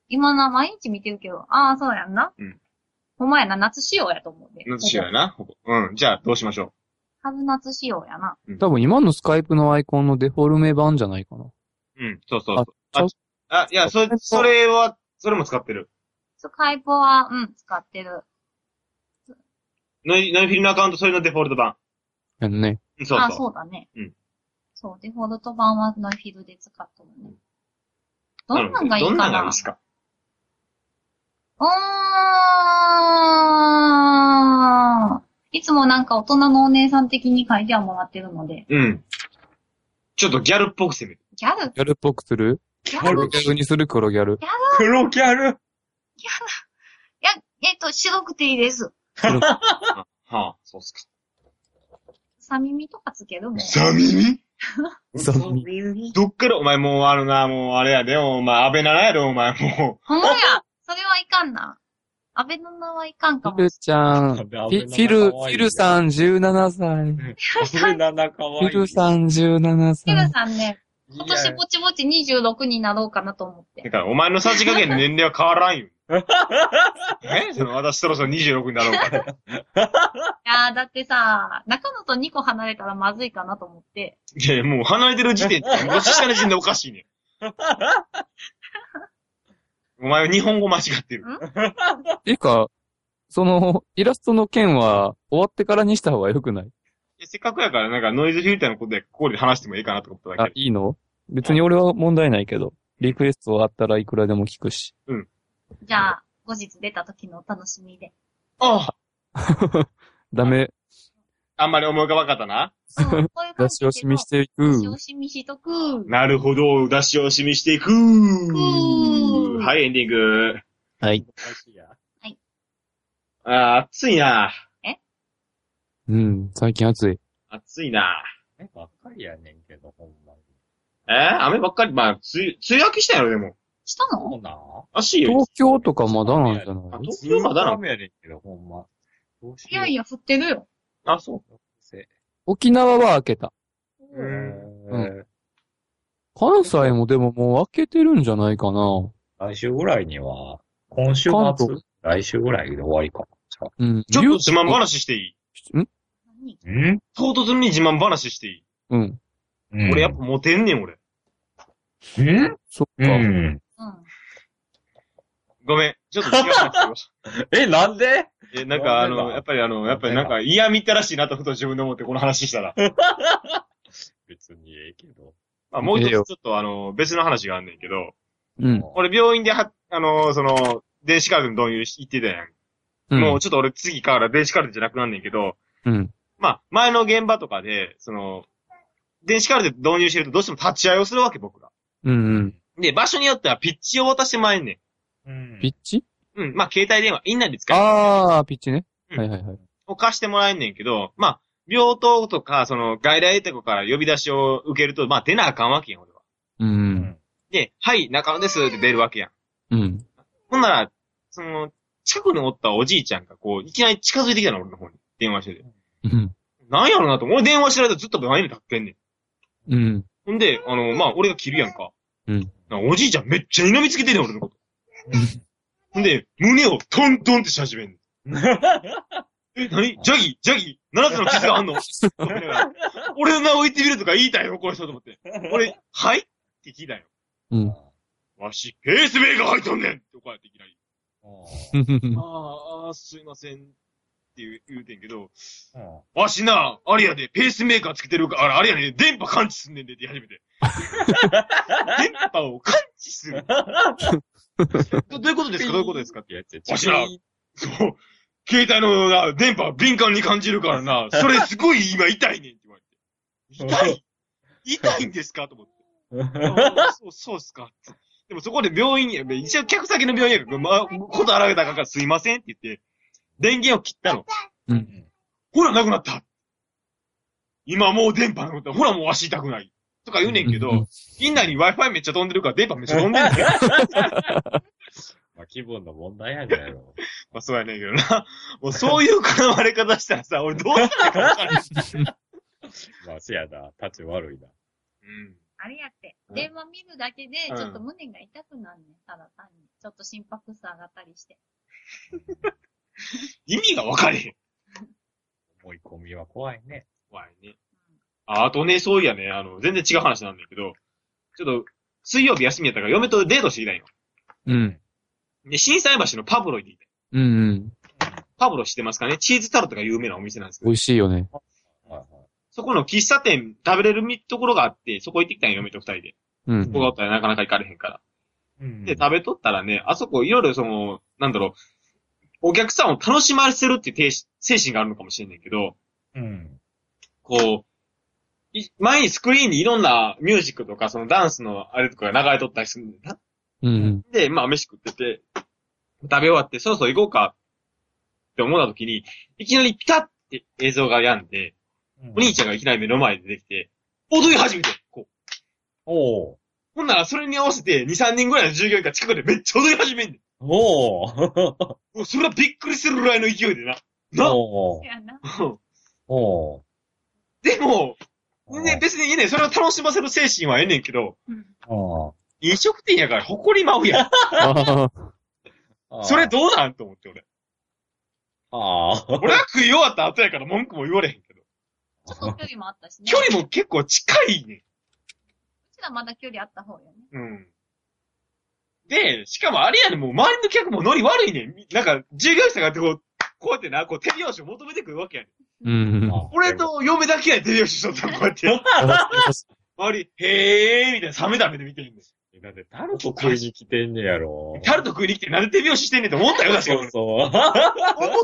[SPEAKER 4] 今な、毎日見てるけど。ああ、そうやんな。
[SPEAKER 1] うん。
[SPEAKER 4] ほんまやな、夏仕様やと思うで。
[SPEAKER 1] 夏仕様やな。ほぼうん。じゃあ、どうしましょ
[SPEAKER 4] ほぼ。春夏仕様やな。
[SPEAKER 2] 多分今のスカイプのアイコンのデフォルメ版じゃないかな。
[SPEAKER 1] う。うん。そうそうそう。
[SPEAKER 2] あちょ
[SPEAKER 1] あ、あいや、それ、それは、それも使ってる。
[SPEAKER 4] スカイプは、うん、使ってる。
[SPEAKER 1] ノイ、ノイフィルのアカウント、それのデフォルト版。
[SPEAKER 2] やんね。
[SPEAKER 1] うんそう
[SPEAKER 4] あ、
[SPEAKER 1] そう。
[SPEAKER 4] そうだね。
[SPEAKER 1] うん。
[SPEAKER 4] そう、デフォルト版はノイフィルで使ったもんね。どんなんがいい
[SPEAKER 1] ど
[SPEAKER 4] か
[SPEAKER 1] んな
[SPEAKER 4] なん
[SPEAKER 1] がいいですか
[SPEAKER 4] うーん。いつもなんか大人のお姉さん的に書いてはもらってるので。
[SPEAKER 1] うん。ちょっとギャルっぽく攻める。
[SPEAKER 4] ギャル
[SPEAKER 2] ギャルっぽくする
[SPEAKER 4] ギ
[SPEAKER 2] ギ
[SPEAKER 4] ャ
[SPEAKER 2] ャ
[SPEAKER 4] ル
[SPEAKER 2] ル
[SPEAKER 4] い
[SPEAKER 2] ギャルにする黒ギャル。
[SPEAKER 3] 黒キャル
[SPEAKER 4] や、えっと、白くていいです。
[SPEAKER 1] はあ、そうっすか。
[SPEAKER 4] サ耳とかつけるもん。
[SPEAKER 1] サ耳
[SPEAKER 2] サミ
[SPEAKER 1] どっから、お前もうあるな、もうあれやで、お前、安倍ならやで、お前も
[SPEAKER 4] ほんまやそれはいかんな。アベノナはいかんか
[SPEAKER 2] フ
[SPEAKER 4] も
[SPEAKER 2] ィ。ルちゃん。フィフィル、フィルさ
[SPEAKER 3] ん。
[SPEAKER 2] ん17歳。
[SPEAKER 3] フィルさん、かわ
[SPEAKER 2] フ
[SPEAKER 3] いい。
[SPEAKER 2] ィルさん17
[SPEAKER 4] ヒル
[SPEAKER 2] 歳。
[SPEAKER 4] さんね、今年ぼちぼち26になろうかなと思っ
[SPEAKER 1] う。
[SPEAKER 4] て
[SPEAKER 1] だ。から、お前のさじ加減年齢は変わらんよ。えその、私そろそろ26になろうから。
[SPEAKER 4] いやー、だってさ、中野と2個離れたらまずいかなと思って。
[SPEAKER 1] いやいや、もう離れてる時点で、年下の時点でおかしいねん。お前は日本語間違ってる。
[SPEAKER 2] っていうか、その、イラストの件は終わってからにした方が良くない
[SPEAKER 1] いやせっかくやから、なんかノイズフィルターのことで、ここで話してもいいかなと思っただ
[SPEAKER 2] あ
[SPEAKER 1] け、で。
[SPEAKER 2] いいの別に俺は問題ないけど。リクエストあったらいくらでも聞くし。
[SPEAKER 4] じゃあ、後日出た時のお楽しみで。
[SPEAKER 1] あ
[SPEAKER 2] ダメ。
[SPEAKER 1] あんまり思い浮かばんかったな。
[SPEAKER 4] そう、 こういう感じ
[SPEAKER 2] 出し惜しみしてい
[SPEAKER 4] 出し
[SPEAKER 2] く
[SPEAKER 4] 惜。しみしとく。
[SPEAKER 1] なるほど、出し惜しみしていく
[SPEAKER 4] ー
[SPEAKER 1] はい、エンディング。
[SPEAKER 2] はい。
[SPEAKER 1] あー、暑いな。
[SPEAKER 2] うん、最近暑い。
[SPEAKER 1] 暑いな。
[SPEAKER 3] ねばっかりやねんけど、ほんまに。
[SPEAKER 1] えー、雨ばっかり、まあ、梅雨、梅雨明けしたんやろ、でも。
[SPEAKER 4] したの
[SPEAKER 3] そうな
[SPEAKER 1] らしいよ。
[SPEAKER 2] 東京とかまだなんじゃない
[SPEAKER 1] 東京まだな
[SPEAKER 3] ずっと雨やねんけど、ほんま。どうし
[SPEAKER 4] い
[SPEAKER 3] よう
[SPEAKER 4] やいや、振ってるよ。
[SPEAKER 1] あ、そ
[SPEAKER 2] 沖縄は明けた。
[SPEAKER 1] う。うん。
[SPEAKER 2] ん関西もでももう明けてるんじゃないかな。
[SPEAKER 3] 来週ぐらいには、今週
[SPEAKER 2] 関
[SPEAKER 3] 末
[SPEAKER 2] 東
[SPEAKER 3] 来週ぐらいで終わりかな。
[SPEAKER 2] うん。
[SPEAKER 1] ちょっと自慢話していい
[SPEAKER 2] ん
[SPEAKER 4] 何
[SPEAKER 3] じゃあ
[SPEAKER 1] 唐
[SPEAKER 3] ん
[SPEAKER 1] 突に自慢話していい、
[SPEAKER 2] うん。
[SPEAKER 3] うん
[SPEAKER 1] 俺やっぱモテんねん、俺。
[SPEAKER 3] うん
[SPEAKER 2] そっ
[SPEAKER 3] う
[SPEAKER 2] か。
[SPEAKER 3] ん。
[SPEAKER 4] うん。
[SPEAKER 1] ごめん。ちょっと違う話
[SPEAKER 3] え、なんで
[SPEAKER 1] え、なんかあの、やっぱりあの、やっぱりなんか嫌みったらしいなとふと自分で思ってこの話したら。
[SPEAKER 3] 別にええけど。
[SPEAKER 1] まあ、もう一
[SPEAKER 2] ええよ
[SPEAKER 1] つちょっとあの、別の話があんねんけど、
[SPEAKER 2] うん。
[SPEAKER 1] 俺病院では、あの、その、電子カルテの導入し行ってたやん。
[SPEAKER 2] うん。
[SPEAKER 1] もうちょっと俺次から電子カルテじゃなくなんねんけど、
[SPEAKER 2] うん。
[SPEAKER 1] まあ、前の現場とかで、その、電子カルテ導入してるとどうしても立ち会いをするわけ、僕ら。
[SPEAKER 2] うんうん。
[SPEAKER 1] で、場所によってはピッチを渡してまえんね
[SPEAKER 3] うん
[SPEAKER 2] ピッチ
[SPEAKER 1] ん。うん、まあ、携帯電話、インナーで使う。
[SPEAKER 2] あー、ピッチね。
[SPEAKER 1] うん
[SPEAKER 2] はいはいはい。
[SPEAKER 1] を貸してもらえんねんけど、まあ、病棟とか、その、外来って子から呼び出しを受けると、まあ、出なあかんわけやん、俺は。
[SPEAKER 2] うん。
[SPEAKER 1] で、はい、中野ですって出るわけやん。
[SPEAKER 2] うん。
[SPEAKER 1] ほんなら、その、近くにおったおじいちゃんが、こう、いきなり近づいてきたの、俺の方に。電話してて。
[SPEAKER 2] うん。
[SPEAKER 1] なんやろなと思う。俺電話してる間ずっと前に立ってんねん。
[SPEAKER 2] うん。
[SPEAKER 1] ほんで、あの、まあ、俺が切るやんか。
[SPEAKER 2] うん
[SPEAKER 1] なんかおじいちゃんめっちゃ睨みつけてんねん、俺のこと。ほんで、胸をトントンってし始めんねん。 え、なにジャギジャギ ?7 つの傷 があんの思いながら俺の名を言ってみるとか言いたいよ、この人と思って。俺、はいって聞いたんよ。
[SPEAKER 2] うん。
[SPEAKER 1] わし、ペースメーカー入っとんねんとかっていきなり。あーあー、すいません。って言う言うてんけど、わしな、あれやで、ペースメーカーつけてるから、あれあれやで、電波感知すんねんでって言い始めて。電波を感知するどどういうことですかどういうことですか
[SPEAKER 3] ってやつや
[SPEAKER 1] わしらそう。携帯のな、電波敏感に感じるからな、それすごい今痛いねんって言われて。痛い痛いんですかと思って。あーそう、そうっすか。でもそこで病院に、一応客先の病院やから、まあ、こと洗うたらあかんからすいませんって言って、電源を切ったの。
[SPEAKER 2] うん。
[SPEAKER 1] ほら、なくなった今もう電波なくなった。ほら、もうわし痛くない。とか言うねんけ
[SPEAKER 2] うんう
[SPEAKER 1] ど、院内に Wi-Fi めっちゃ飛んでるから電波めっちゃ飛んでんねん。
[SPEAKER 3] まあ、気分の問題やじゃないの。
[SPEAKER 1] まあそうやねんけどな。もうそういう絡まれ方したらさ、俺どうやったかわからん。
[SPEAKER 3] まあ、せやな。立ち悪いな。
[SPEAKER 1] うん。
[SPEAKER 4] あれやって、
[SPEAKER 1] うん
[SPEAKER 4] 電話見るだけで、ち
[SPEAKER 1] うん
[SPEAKER 4] ょっと胸が痛くなるね、ただ単に。ちょっと心拍数上がったりして。
[SPEAKER 1] 意味がわかれへん。
[SPEAKER 3] 思い込みは怖いね。
[SPEAKER 1] 怖いね。あ、あとね、そういやね、あの、全然違う話なんだけど、ちょっと、水曜日休みやったから嫁とデートしてきたんよ。
[SPEAKER 2] うん。
[SPEAKER 1] で、震災橋のパブロ行ってきた。
[SPEAKER 2] うんうん。
[SPEAKER 1] パブロ知ってますかねチーズタルトが有名なお店なんですけ
[SPEAKER 2] 美
[SPEAKER 1] ど、
[SPEAKER 2] 味しいよね。
[SPEAKER 3] はいはい。
[SPEAKER 1] そこの喫茶店食べれるみところがあって、そこ行ってきたんよ、嫁と二人で。
[SPEAKER 2] うん。
[SPEAKER 1] ここだったらなかなか行かれへんから。
[SPEAKER 3] うん
[SPEAKER 1] で、食べとったらね、あそこいろいろその、なんだろう、お客さんを楽しませるっていう精神があるのかもしれないけど、
[SPEAKER 3] うん。
[SPEAKER 1] こう、い前にスクリーンにいろんなミュージックとか、そのダンスのあれとかが流れとったりするんだな。
[SPEAKER 2] うんうん。
[SPEAKER 1] で、まあ飯食ってて、食べ終わって、そろそろ行こうかって思った時に、いきなりピタって映像が病んで、お兄ちゃんがいきなり目の前で出てきて、踊り始めて、こう。
[SPEAKER 3] おー。
[SPEAKER 1] ほんならそれに合わせて2、3人ぐらいの従業員が近くでめっちゃ踊り始めんねん
[SPEAKER 3] おー。
[SPEAKER 1] もうそれはびっくりするぐらいの勢いでな。な、
[SPEAKER 3] お
[SPEAKER 4] そ
[SPEAKER 3] ー。
[SPEAKER 4] やな。
[SPEAKER 1] うん
[SPEAKER 3] おー。
[SPEAKER 1] でも、
[SPEAKER 3] おー
[SPEAKER 1] ね、別にいいねんそれを楽しませる精神はええねんけど、
[SPEAKER 4] うん。
[SPEAKER 3] お
[SPEAKER 1] 飲食店やから誇り舞うやん。
[SPEAKER 2] ああ。
[SPEAKER 3] ー
[SPEAKER 1] それどうなんと思って俺。
[SPEAKER 3] ああ。
[SPEAKER 1] 俺は食い終わった後やから文句も言われへんけど。
[SPEAKER 4] ちょっと距離もあったしね。
[SPEAKER 1] 距
[SPEAKER 4] う
[SPEAKER 1] 離も結構近いね
[SPEAKER 4] ちらまだ距離あった方よね。
[SPEAKER 1] ん。うん。で、しかもあれやねん、もう周りの客もノリ悪いねん。みなんか、従業員さんがこう、こうやってな、こう手拍子を求めてくるわけやねん。
[SPEAKER 2] うんうん。
[SPEAKER 1] 俺。と嫁だけや手拍子しとったの、こうや って。周り、へーみたいな、サメダメで見てるんです。
[SPEAKER 3] だって、タルト食いに来てんねや ろ。
[SPEAKER 1] タルト食いに来てなんで手拍子してんねんって思ったよ、確かに
[SPEAKER 3] そ。うそう。
[SPEAKER 1] 思っ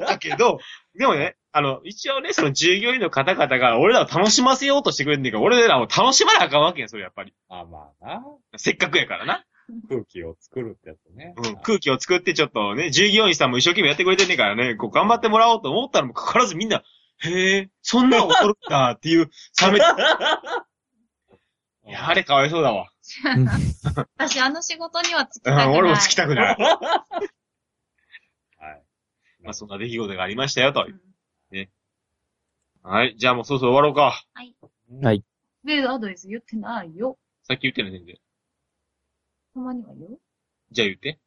[SPEAKER 1] たけど、でもね、あの、一応ね、その従業員の方々が俺らを楽しませようとしてくれんねんから、俺らを楽しまなあかんわけやん、それやっぱり。
[SPEAKER 3] あ、まあな。
[SPEAKER 1] せっかくやからな。
[SPEAKER 3] 空気を作るってやつね。
[SPEAKER 1] うん、空気を作ってちょっとね、従業員さんも一生懸命やってくれてんねんからね、こう頑張ってもらおうと思ったのもかかわらずみんな、へえ、そんな怒るんだっていう、冷め、い や、あれかわいそうだわ。
[SPEAKER 4] 私、あの仕事にはつ
[SPEAKER 1] う
[SPEAKER 4] きたくない。
[SPEAKER 1] ん、俺もつきたく ない。
[SPEAKER 3] はい。
[SPEAKER 1] まあ、そんな出来事がありましたよ、と
[SPEAKER 4] う。ん。
[SPEAKER 1] はい、じゃあもうそろそろ終わろうか。
[SPEAKER 2] はい
[SPEAKER 4] メールアドレス言ってないよ。
[SPEAKER 1] さっき言ってるね、全然。
[SPEAKER 4] たまにはよ。
[SPEAKER 1] じゃあ言って。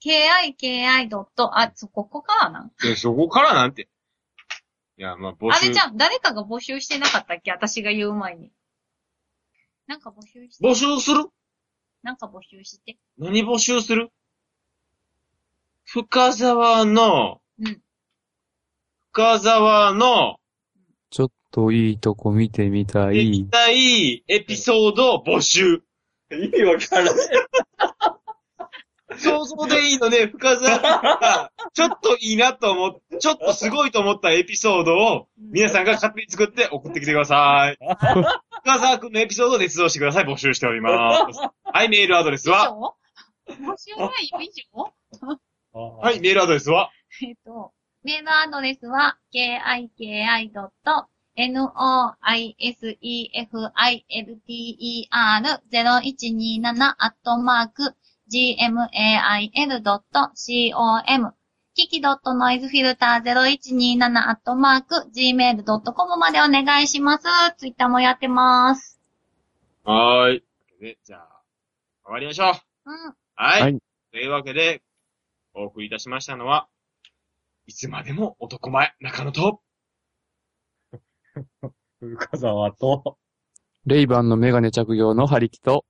[SPEAKER 4] kiki. あ、そこ、ここからなん
[SPEAKER 1] いや、そこからなんて。いや、まあ、募
[SPEAKER 4] あ
[SPEAKER 1] 集。
[SPEAKER 4] れじゃん、誰かが募集してなかったっけ私が言う前に。なんか募集して。
[SPEAKER 1] 募集する
[SPEAKER 4] なんか募集して。
[SPEAKER 1] 何募集する深沢の、
[SPEAKER 4] うん
[SPEAKER 1] 深沢の、
[SPEAKER 2] ちょっといいとこ見てみた
[SPEAKER 1] 行き
[SPEAKER 2] い。
[SPEAKER 1] たいエピソード募集。
[SPEAKER 3] 意味わからない。
[SPEAKER 1] 想像でいいので、 深沢が、ちょっといいなと思っちょっとすごいと思ったエピソードを、皆
[SPEAKER 4] ん。
[SPEAKER 1] さんが勝手に作って送ってきてください。深沢くんのエピソードを捏造してください。募集しております。はい、メールアドレス
[SPEAKER 4] 以
[SPEAKER 1] は
[SPEAKER 4] 上募集ない以上
[SPEAKER 1] は、。
[SPEAKER 3] はい
[SPEAKER 1] メールアドレスは
[SPEAKER 4] えっと、メールアドレスは、ki.noisefilter0127-gmail.com、キキ .noisefilter0127-gmail.com までお願いします。ツイッターもやってます。
[SPEAKER 1] はーい。でじゃあ、終わりましょう。
[SPEAKER 4] うん。
[SPEAKER 1] はい。
[SPEAKER 2] はい
[SPEAKER 1] というわけで、お送りいたしましたのは、いつまでも男前、中野と、
[SPEAKER 3] 深沢と、
[SPEAKER 2] レイバンのメガネ着用の張り木と、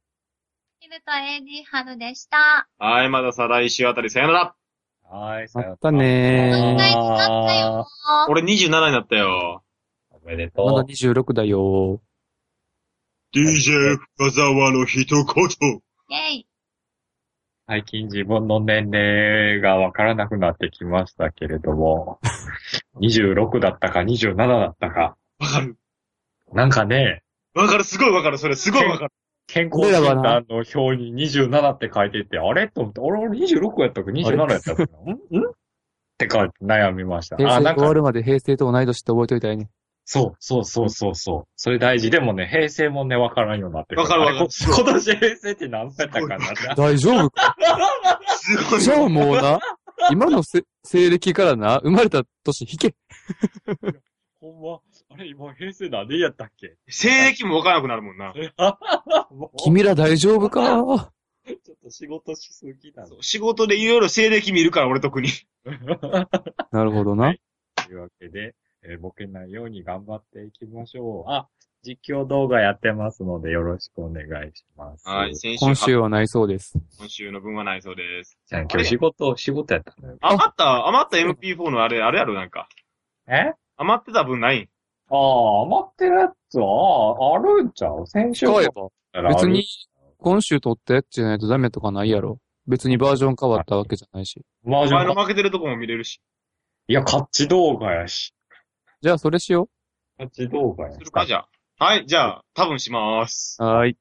[SPEAKER 4] ヒルと AD 春でした。
[SPEAKER 1] はい、まだ再来週あたりさよなら。
[SPEAKER 3] はい、さ
[SPEAKER 2] ま
[SPEAKER 3] よなら
[SPEAKER 2] たね
[SPEAKER 4] お願い
[SPEAKER 2] ー。
[SPEAKER 4] しま
[SPEAKER 1] 俺27になったよ。
[SPEAKER 3] おめで
[SPEAKER 2] まだ
[SPEAKER 3] とう。
[SPEAKER 2] 26だよー。
[SPEAKER 1] DJ 深沢の一言。
[SPEAKER 4] すよ。イェイ。
[SPEAKER 3] 最近自分の年齢がわからなくなってきましたけれども、26だったか27だったか、
[SPEAKER 1] わかる。
[SPEAKER 3] なんかね、
[SPEAKER 1] わかる、すごいわかる、それ、すごいわかる。
[SPEAKER 3] 健康診断の表に27って書いてて、あれと思って、俺26やったっけ ?27 やったっけんんって書いて悩みました。
[SPEAKER 2] 平
[SPEAKER 3] あ、
[SPEAKER 2] 成
[SPEAKER 3] なん
[SPEAKER 2] 終わ
[SPEAKER 3] か、
[SPEAKER 2] るまで平成と同い年って覚えといたらいいね。
[SPEAKER 3] そう、そう、そう、そう、そう。それ大事。でもね、平成もね、わからんようになって
[SPEAKER 1] わかるわかる
[SPEAKER 3] あれこ今年平成って何歳やったかな
[SPEAKER 2] 大丈夫か
[SPEAKER 1] すごい。
[SPEAKER 2] じゃあもうな、今のせ西暦からな、生まれた年引け。
[SPEAKER 3] ほんま、あれ今平成何年やったっ け
[SPEAKER 1] 西暦もわからなくなるもんな。
[SPEAKER 3] もう
[SPEAKER 2] 君ら大丈夫か
[SPEAKER 3] ちょっと仕事しすぎだぞ。
[SPEAKER 1] 仕事でいろいろ西暦見るから、俺特に。
[SPEAKER 2] なるほどな。
[SPEAKER 3] というわけで、えーボケないように頑張っていきましょう。あ、実況動画やってますのでよろしくお願いします。
[SPEAKER 1] はい、。先週、
[SPEAKER 2] 今週はないそうです。
[SPEAKER 1] 今週の分はないそうです。
[SPEAKER 3] じゃあ今日仕事、仕事やったのよ。
[SPEAKER 1] 余った、余った MP4 のあれ、あれやろ、なんか。
[SPEAKER 3] え
[SPEAKER 1] 余ってた分ないん
[SPEAKER 3] ああ、余ってるやつは、ああるんちゃう先週
[SPEAKER 2] 使えば。
[SPEAKER 3] ば
[SPEAKER 2] 別に、今週撮ったやつじゃないとダメとかないやろ。別にバージョン変わったわけじゃないし。
[SPEAKER 3] マ
[SPEAKER 1] お
[SPEAKER 3] ジ
[SPEAKER 1] 前の
[SPEAKER 3] い
[SPEAKER 1] 負けてるとこも見れるし。
[SPEAKER 3] や、勝ち動画やし。
[SPEAKER 2] じゃあそれしよ
[SPEAKER 3] 勝ち動画やし
[SPEAKER 1] する。か、じゃあ。はい、じゃあ、多分しまーす。
[SPEAKER 2] う。はーい。